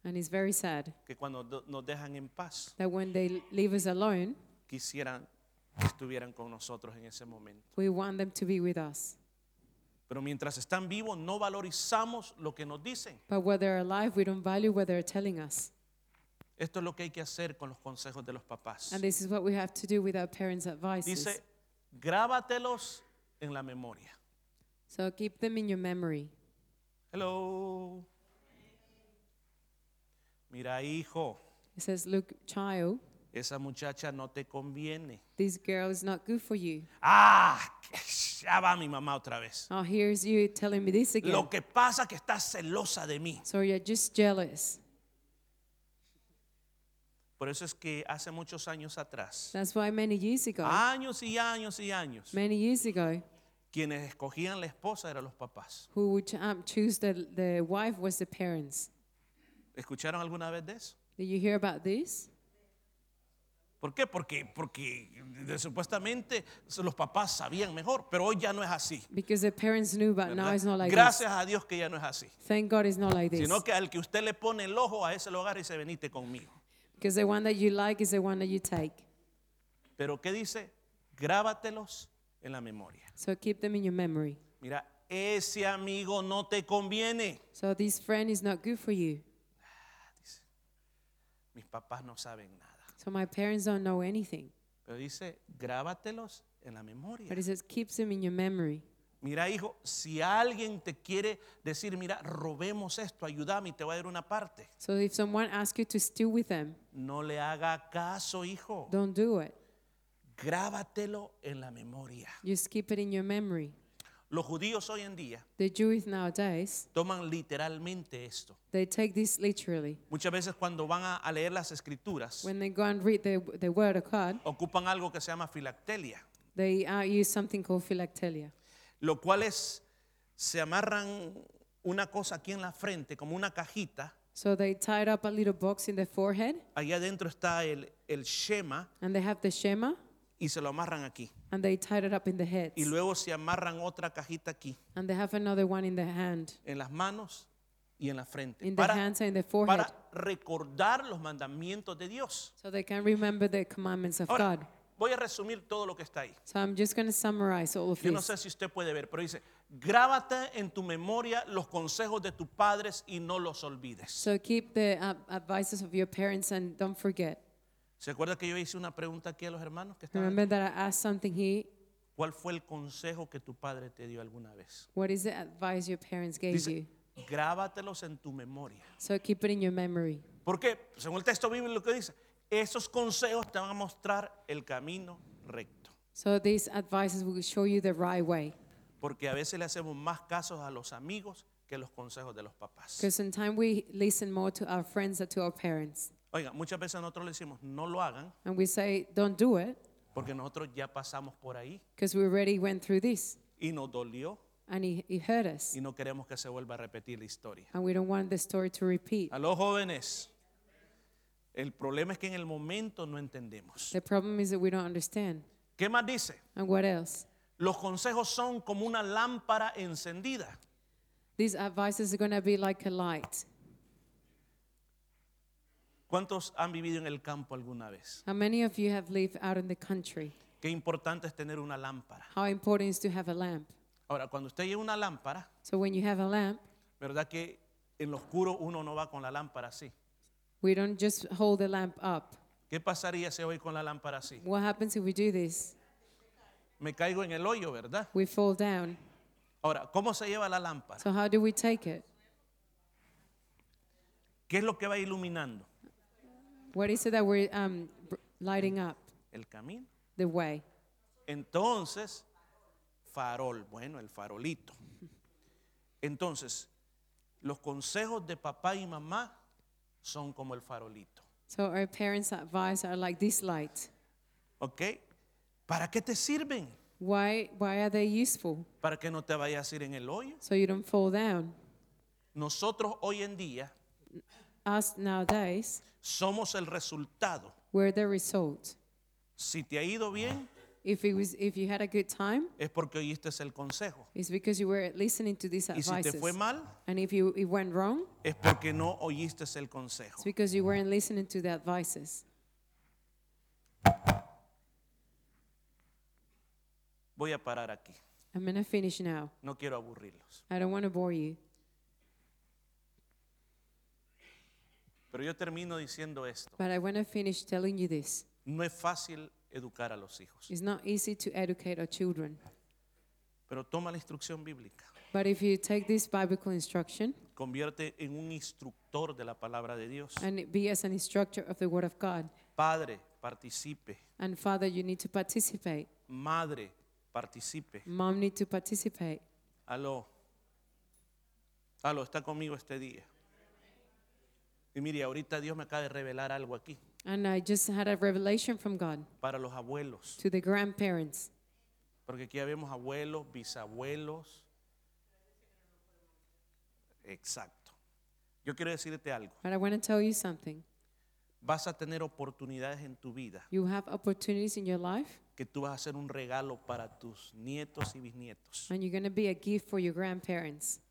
B: And it's very sad
A: que cuando do- nos dejan en paz,
B: that when they leave us alone,
A: quisieran que estuvieran con nosotros en ese momento.
B: we want them to be with us.
A: Pero mientras están vivos, no valorizamos lo que nos dicen.
B: But while they're alive, we don't value what they're telling us.
A: Esto es lo que hay que hacer con los consejos de los papás.
B: And this is what we have to do with our parents' advices.
A: Dice, grábatelos en la memoria.
B: so keep them in your memory.
A: Hello. Mira, hijo,
B: It says, Look, child,
A: esa muchacha no te conviene.
B: this girl is not good for you.
A: Ah, ya va mi mamá otra vez.
B: Oh, here's you telling me this again.
A: Lo que pasa que estás celosa de mí.
B: So you're just jealous.
A: Por eso es que hace muchos años atrás,
B: That's why many years ago,
A: años y años y años,
B: many years ago,
A: quienes escogían la esposa eran los papás.
B: who would um, choose the, the wife was the parents.
A: ¿Escucharon alguna vez de eso?
B: Did you hear about this?
A: ¿Por qué? Porque, porque de- supuestamente los papás sabían mejor, pero hoy ya no es así.
B: Because the parents knew, but now
A: ¿verdad?
B: it's not like this.
A: Gracias a Dios que ya no es así.
B: Thank God it's not like this.
A: Sino que al que usted le pone el ojo a ese lugar y se venite conmigo.
B: Because the one that you like is the one that you take.
A: Pero ¿qué dice? Grábatelos en la memoria.
B: So keep them in your memory.
A: Mira, ese amigo no te conviene.
B: So this friend is not good for you.
A: Mis papás no saben nada.
B: So my parents don't know anything.
A: Pero dice, grábatelos en la memoria.
B: But it says, keeps them in your memory.
A: Mira, hijo, si alguien te quiere decir, mira, robemos esto, ayúdame y te voy a dar una parte.
B: So if someone asks you to steal with them,
A: No le haga caso, hijo.
B: don't do it.
A: Grábatelo en la memoria.
B: Just keep it in your memory.
A: Los judíos hoy en día
B: The Jews nowadays,
A: toman literalmente esto.
B: they take this literally.
A: Muchas veces cuando van a, a leer las escrituras,
B: When they go and read the, the word of God,
A: ocupan algo que se llama filactelia,
B: they uh, use something called philactelia.
A: lo cual es, se amarran una cosa aquí en la frente, como una cajita.
B: So they tied up a little box in their forehead,
A: Allá adentro está el, el shema
B: and they have the shema,
A: y se lo amarran aquí.
B: and they tied it up in the heads.
A: Y luego se amarran otra cajita aquí,
B: And they have another one in the hand,
A: en las manos y en la frente,
B: in the
A: para,
B: hands and in the forehead,
A: para recordar los mandamientos de Dios.
B: so they can remember the commandments of God.
A: Ahora, voy a resumir todo lo que está ahí.
B: So I'm just going to summarize all of
A: Yo no
B: this.
A: sé si usted puede ver, pero dice, grábate en tu memoria los consejos de tus padres y no los olvides.
B: So keep the uh, advices of your parents and don't forget.
A: ¿Se acuerda que yo hice una pregunta aquí a los hermanos que estaban?
B: Remember that I asked something here.
A: ¿Cuál fue el consejo que tu padre te dio alguna vez?
B: What is the advice your parents gave you?
A: Dice, grábatelos en tu memoria.
B: So keep it in your memory.
A: ¿Por qué? Según el texto bíblico lo que dice, esos consejos te van a mostrar el camino recto.
B: So these advices will show you the right way.
A: Porque a veces le hacemos más casos a los amigos que los consejos de los papás.
B: Because sometimes we listen more to our friends than to our parents.
A: Oiga, muchas veces nosotros le decimos, no lo hagan,
B: And we say, don't do it
A: porque nosotros ya pasamos por ahí
B: because we already went through this
A: y nos dolió
B: and it, it hurt us.
A: y no queremos que se vuelva a repetir la historia.
B: And we don't want the story to repeat.
A: A los jóvenes, el problema es que en el momento no entendemos.
B: The problem is that we don't understand.
A: ¿Qué más dice?
B: And what else?
A: Los consejos son como una lámpara encendida.
B: These advices are going to be like a light.
A: ¿Cuántos han vivido en el campo alguna vez?
B: How many of you have lived out in the country?
A: Qué importante es tener una lámpara.
B: How important is to have a lamp?
A: Ahora, cuando usted lleva una lámpara,
B: So when you have a lamp,
A: ¿verdad que en lo oscuro uno no va con la lámpara así?
B: we don't just hold the lamp up.
A: ¿Qué pasaría si voy con la lámpara así?
B: What happens if we do this?
A: Me caigo en el hoyo, ¿verdad?
B: We fall down.
A: Ahora, ¿cómo se lleva la lámpara?
B: So how do we take it?
A: ¿Qué es lo que va iluminando?
B: What is it that we're um, br- lighting up
A: El camino.
B: the way?
A: Entonces, farol, bueno, el farolito. Entonces, los consejos de papá y mamá son como el farolito.
B: So our parents' advice are like this light.
A: ¿Ok? ¿Para qué te sirven?
B: Why, why are they useful?
A: Para que no te vayas a ir en el hoyo.
B: So you don't fall down.
A: Nosotros hoy en día
B: Us nowadays,
A: somos el resultado.
B: we're the result.
A: Si te ha ido bien,
B: If it was, if you had a good time,
A: es porque oíste el consejo.
B: it's because you were listening to these
A: Y si te
B: advices.
A: fue mal,
B: And if you it went wrong,
A: es porque no oíste el consejo.
B: it's because you weren't listening to the advices.
A: Voy a parar aquí.
B: I'm gonna finish now.
A: No quiero aburrirlos.
B: I don't want to bore you,
A: Pero yo termino diciendo esto.
B: but I want to finish telling you this.
A: No es fácil educar a los hijos,
B: It's not easy to educate our children,
A: pero toma la instrucción bíblica.
B: but if you take this biblical instruction
A: Convierte en un instructor de la palabra de Dios.
B: and be as an instructor of the Word of God,
A: Padre, participe.
B: and Father, you need to participate.
A: Madre, participe.
B: Mom need to participate.
A: Aló. Aló, está conmigo este día. Y mire, ahorita Dios me acaba de revelar algo aquí.
B: And I just had a revelation from God
A: para los abuelos,
B: to the grandparents
A: porque aquí habíamos abuelos, bisabuelos. Exacto. Yo quiero decirte algo.
B: But I want to tell you something.
A: Vas a tener oportunidades en tu vida
B: You have opportunities in your life,
A: que tú vas a hacer un regalo para tus nietos y bisnietos.
B: and you're going to be a gift for your grandparents.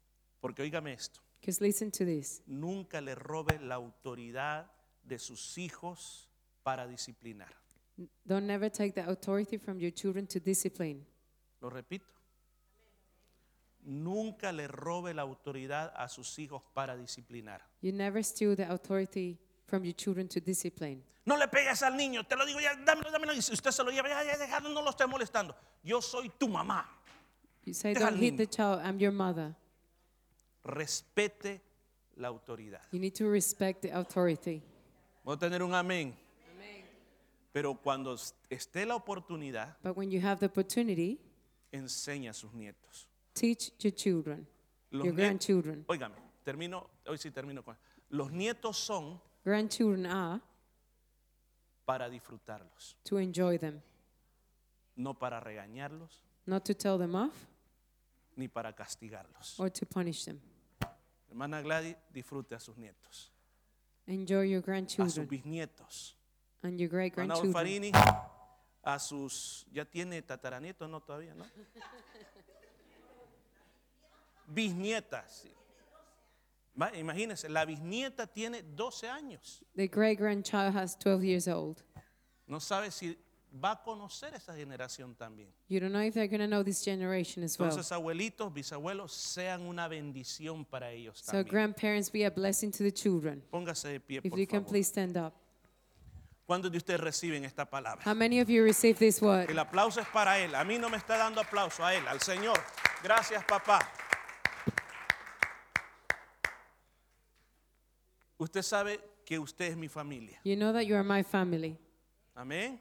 A: Porque oígame esto,
B: Because listen to this
A: nunca le robe la autoridad de sus hijos para disciplinar.
B: don't never take the authority from your children to discipline.
A: Lo repito. Nunca le robe la autoridad a sus hijos para disciplinar.
B: You never steal the authority from your children to discipline.
A: No le pegues al niño, te lo digo ya, dámelo, dámelo. Y si usted se lo lleva, ya, ya, déjalo, no lo esté molestando. Yo soy tu mamá.
B: You say,
A: Deja al
B: Don't hit the
A: niño."
B: child, I'm your mother.
A: Respete la autoridad.
B: You need to respect the authority.
A: Voy a tener un amén. Pero cuando esté la oportunidad,
B: But when you have the opportunity,
A: enseña a sus nietos.
B: teach your children,
A: Los
B: your
A: nie-
B: grandchildren.
A: Óigame, termino, hoy sí termino con. Los nietos son
B: Grandchildren are
A: para disfrutarlos,
B: to enjoy them,
A: no para regañarlos
B: not to tell them off
A: ni para castigarlos.
B: or to punish them.
A: Hermana Gladys, disfrute a sus nietos,
B: Enjoy your
A: a sus
B: grandchildren
A: bisnietos.
B: and your great
A: Hermana Farini,
B: grandchildren.
A: a sus. ¿Ya tiene tataranietos? No, todavía, ¿no? Bisnietas. sí. Va, Imagínense, la bisnieta tiene 12 años.
B: The great grandchild has 12 years old.
A: No sabe si va a conocer esa generación también.
B: You don't know if they're going to know this generation as well.
A: Entonces, abuelitos, bisabuelos, sean una bendición para ellos
B: So,
A: también.
B: grandparents, be a blessing to the children.
A: Póngase de pie,
B: If
A: por
B: you can
A: favor.
B: please stand up.
A: ¿Cuántos de ustedes reciben esta palabra?
B: How many of you receive this word?
A: El aplauso es para él. A mí no me está dando aplauso, a él, al Señor. Gracias, papá. Usted sabe que usted es mi familia.
B: You know that you are my family.
A: Amén.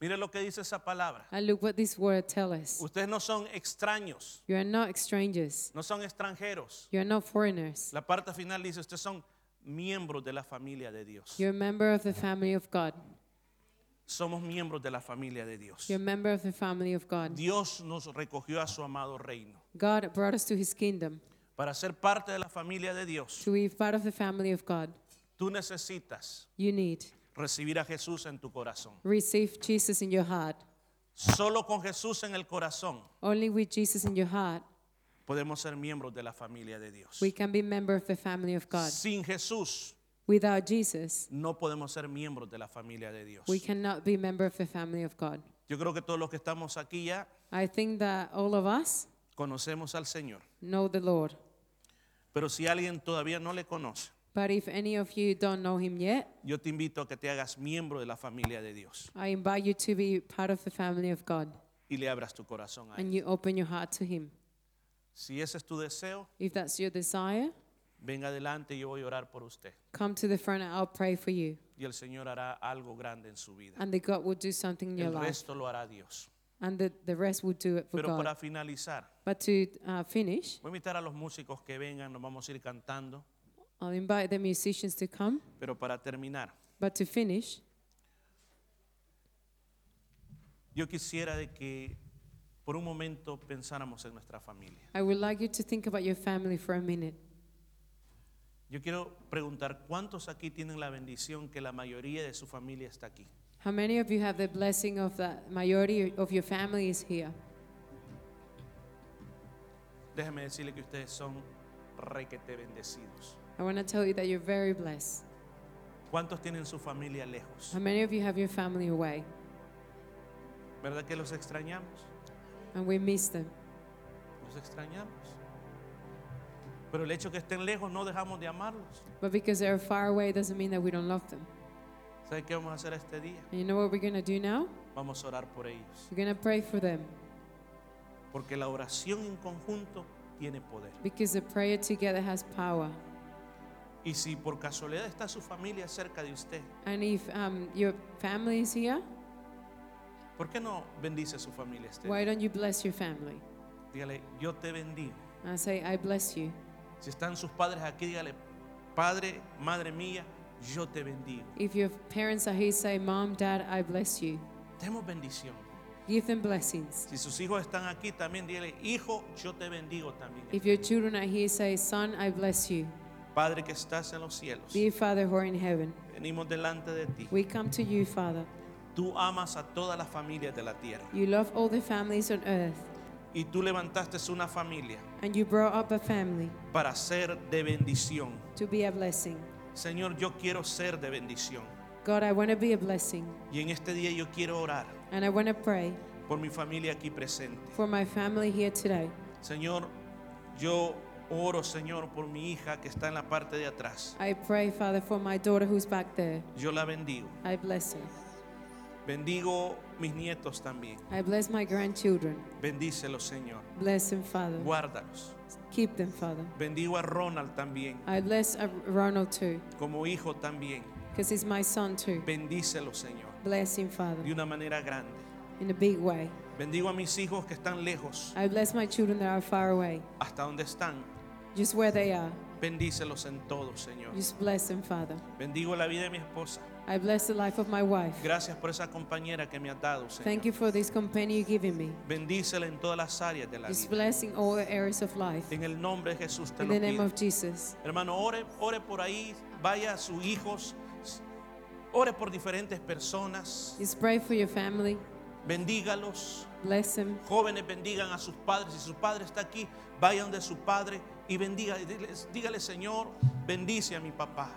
A: Mire lo que dice esa palabra.
B: And look what this word tells us.
A: Ustedes no son extraños,
B: You are not strangers.
A: no son extranjeros.
B: You are not foreigners.
A: La parte final dice, ustedes son miembros de la familia de Dios.
B: You're a member of the family of God.
A: Somos miembros de la familia de Dios.
B: You're a member of the family of God.
A: Dios nos recogió a su amado reino.
B: God brought us to his kingdom
A: Para ser parte de la familia de Dios,
B: to be part of the family of God.
A: tú necesitas
B: You need
A: recibir a Jesús en tu corazón.
B: receive Jesus in your heart.
A: Solo con Jesús en el corazón
B: Only with Jesus in your heart
A: podemos ser miembros de la familia de Dios.
B: we can be member of the family of God.
A: Sin Jesús
B: Without Jesus,
A: no podemos ser miembros de la familia de Dios.
B: we cannot be member of the family of God.
A: Yo creo que todos los que estamos aquí ya
B: I think that all of us
A: conocemos al Señor,
B: know the Lord.
A: pero si alguien todavía no le conoce,
B: But if any of you don't know him yet,
A: yo te invito a que te hagas miembro de la familia de Dios
B: I invite you to be part of the family of God
A: y le abras tu corazón a
B: and
A: Él.
B: you open your heart to him.
A: Si ese es tu deseo,
B: If that's your desire,
A: venga adelante y yo voy a orar por usted.
B: come to the front and I'll pray for you.
A: Y el Señor hará algo grande en su vida.
B: And the God will do something in your
A: El
B: life.
A: resto lo hará Dios.
B: And the, the rest will do it for
A: Pero para
B: God.
A: finalizar,
B: But to uh, finish,
A: Voy a invitar a los músicos que vengan, nos vamos a ir cantando.
B: I'll invite the musicians to come.
A: Pero para terminar,
B: But to finish,
A: yo quisiera de que por un momento pensáramos en nuestra familia.
B: I would like you to think about your family for a minute.
A: Yo quiero preguntar, ¿cuántos aquí tienen la bendición que la mayoría de su familia está aquí?
B: How many of you have the blessing of that majority of your family is here?
A: Déjeme decirle que ustedes son requete bendecidos.
B: I want to tell you that you're very blessed.
A: ¿Cuántos tienen su familia lejos?
B: How many of you have your family away?
A: ¿Verdad que los extrañamos?
B: And we miss them.
A: Los extrañamos. Pero el hecho que estén lejos no dejamos de amarlos.
B: But because they're far away doesn't mean that we don't love them.
A: ¿Sabe qué vamos a hacer este día?
B: And you know what we're going to do now?
A: Vamos a orar por ellos.
B: We're going to pray for them
A: Porque la oración en conjunto tiene poder.
B: because the prayer together has power.
A: Y si por casualidad está su familia cerca de usted,
B: And if um, your family is here,
A: ¿por qué no bendice a su familia este?
B: why don't you bless your family?
A: Dígale, yo te bendigo.
B: And I say, I bless you.
A: Si están sus padres aquí, dígale, padre, madre mía, yo te bendigo.
B: If your parents are here, say, Mom, Dad, I bless you.
A: Demos bendición.
B: Give them blessings.
A: Si sus hijos están aquí, también dile, hijo, yo te bendigo también.
B: If your children are here, say, Son, I bless you.
A: Padre que estás en los cielos,
B: Dear Father who are in heaven,
A: venimos delante de ti.
B: we come to you, Father.
A: Tú amas a todas las familias de la tierra.
B: You love all the families on earth,
A: Y tú levantaste una familia
B: and you brought up a family
A: para ser de bendición.
B: to be a blessing.
A: Señor, yo quiero ser de bendición.
B: God, I want to be a blessing,
A: Y en este día yo quiero orar
B: and I want to pray
A: por mi familia aquí presente.
B: for my family here today.
A: Señor, yo oro, Señor, por mi hija que está en la parte de atrás.
B: I pray, Father, for my daughter who's back there.
A: Yo la bendigo.
B: I bless her.
A: Bendigo mis nietos también.
B: I bless my grandchildren.
A: Bendícelos, Señor.
B: Bless them, Father.
A: Guárdalos.
B: Keep them, Father.
A: Bendigo a Ronald también,
B: I bless uh, Ronald too,
A: como hijo también.
B: because he's my son too.
A: Bendícelo, Señor,
B: Bless him, Father,
A: de una manera grande.
B: in a big way.
A: Bendigo a mis hijos que están lejos,
B: I bless my children that are far away,
A: hasta donde están.
B: just where they are.
A: Bendícelos en todo, Señor.
B: Just bless them, Father.
A: Bendigo la vida de mi esposa.
B: I bless the life of my wife.
A: Gracias por esa compañera que me has dado,
B: Thank
A: Señor.
B: you for this company you're giving me.
A: Bendícela en todas las áreas de la
B: Just
A: vida.
B: blessing all areas of life.
A: En el nombre de Jesús te
B: In
A: lo
B: the name
A: pido.
B: of Jesus.
A: Hermano, ore, ore por ahí, vaya a sus hijos, ore por diferentes personas,
B: Just pray for your family.
A: bendígalos.
B: Bless them.
A: Jóvenes bendigan a sus padres. Si su padre está aquí, vayan de su padre y bendiga. y diles- Dígale, Señor, bendice a mi papá.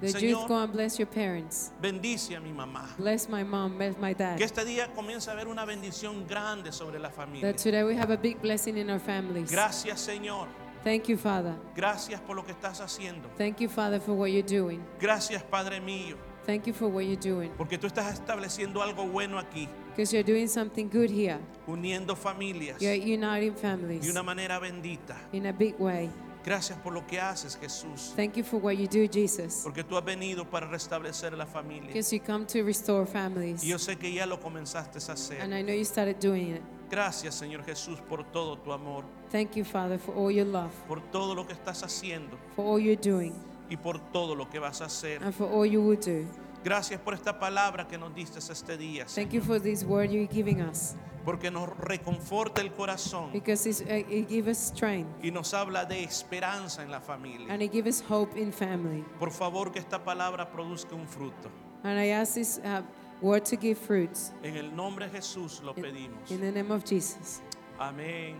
B: The youth go
A: Señor,
B: and bless your parents.
A: bendice a mi mamá.
B: Bless my mom. Bless my
A: Que
B: dad.
A: este día comience a haber una bendición grande sobre la familia.
B: That today we have a big blessing in our families.
A: Gracias, Señor.
B: Thank you, Father.
A: Gracias por lo que estás haciendo.
B: Thank you, Father, for what you're doing.
A: Gracias, Padre mío,
B: Thank you for what you're doing.
A: porque tú estás estableciendo algo bueno aquí,
B: Because you're doing something good here.
A: uniendo familias
B: You're
A: de
B: uniting families
A: una manera bendita.
B: in a big way.
A: Gracias por lo que haces, Jesús,
B: Thank you for what you do, Jesus.
A: porque tú has venido para restablecer la familia.
B: Because you come to restore
A: Y
B: families.
A: yo sé que ya lo comenzaste a hacer.
B: And I know you started doing it.
A: Gracias, Señor Jesús, por todo tu amor,
B: Thank you, Father, for all your love,
A: por todo lo que estás haciendo
B: for all you're doing,
A: y por todo lo que vas a hacer.
B: and for all you will do.
A: Gracias por esta palabra que nos diste este día,
B: Thank you for this word you're giving us,
A: porque nos reconforta el corazón
B: because it's, uh, it gives us strength
A: y nos habla de esperanza en la familia.
B: and it gives us hope in family.
A: Por favor, que esta palabra produzca un fruto.
B: And I ask this uh, word to give fruits
A: En el nombre de Jesús lo
B: in,
A: pedimos.
B: in the name of Jesus.
A: Amén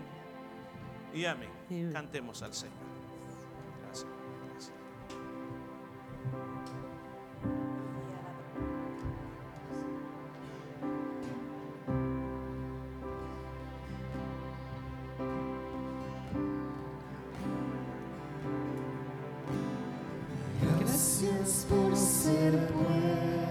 A: y amén.
B: Amén.
A: Cantemos al Señor. Gracias. gracias.
C: Gracias por ser bueno.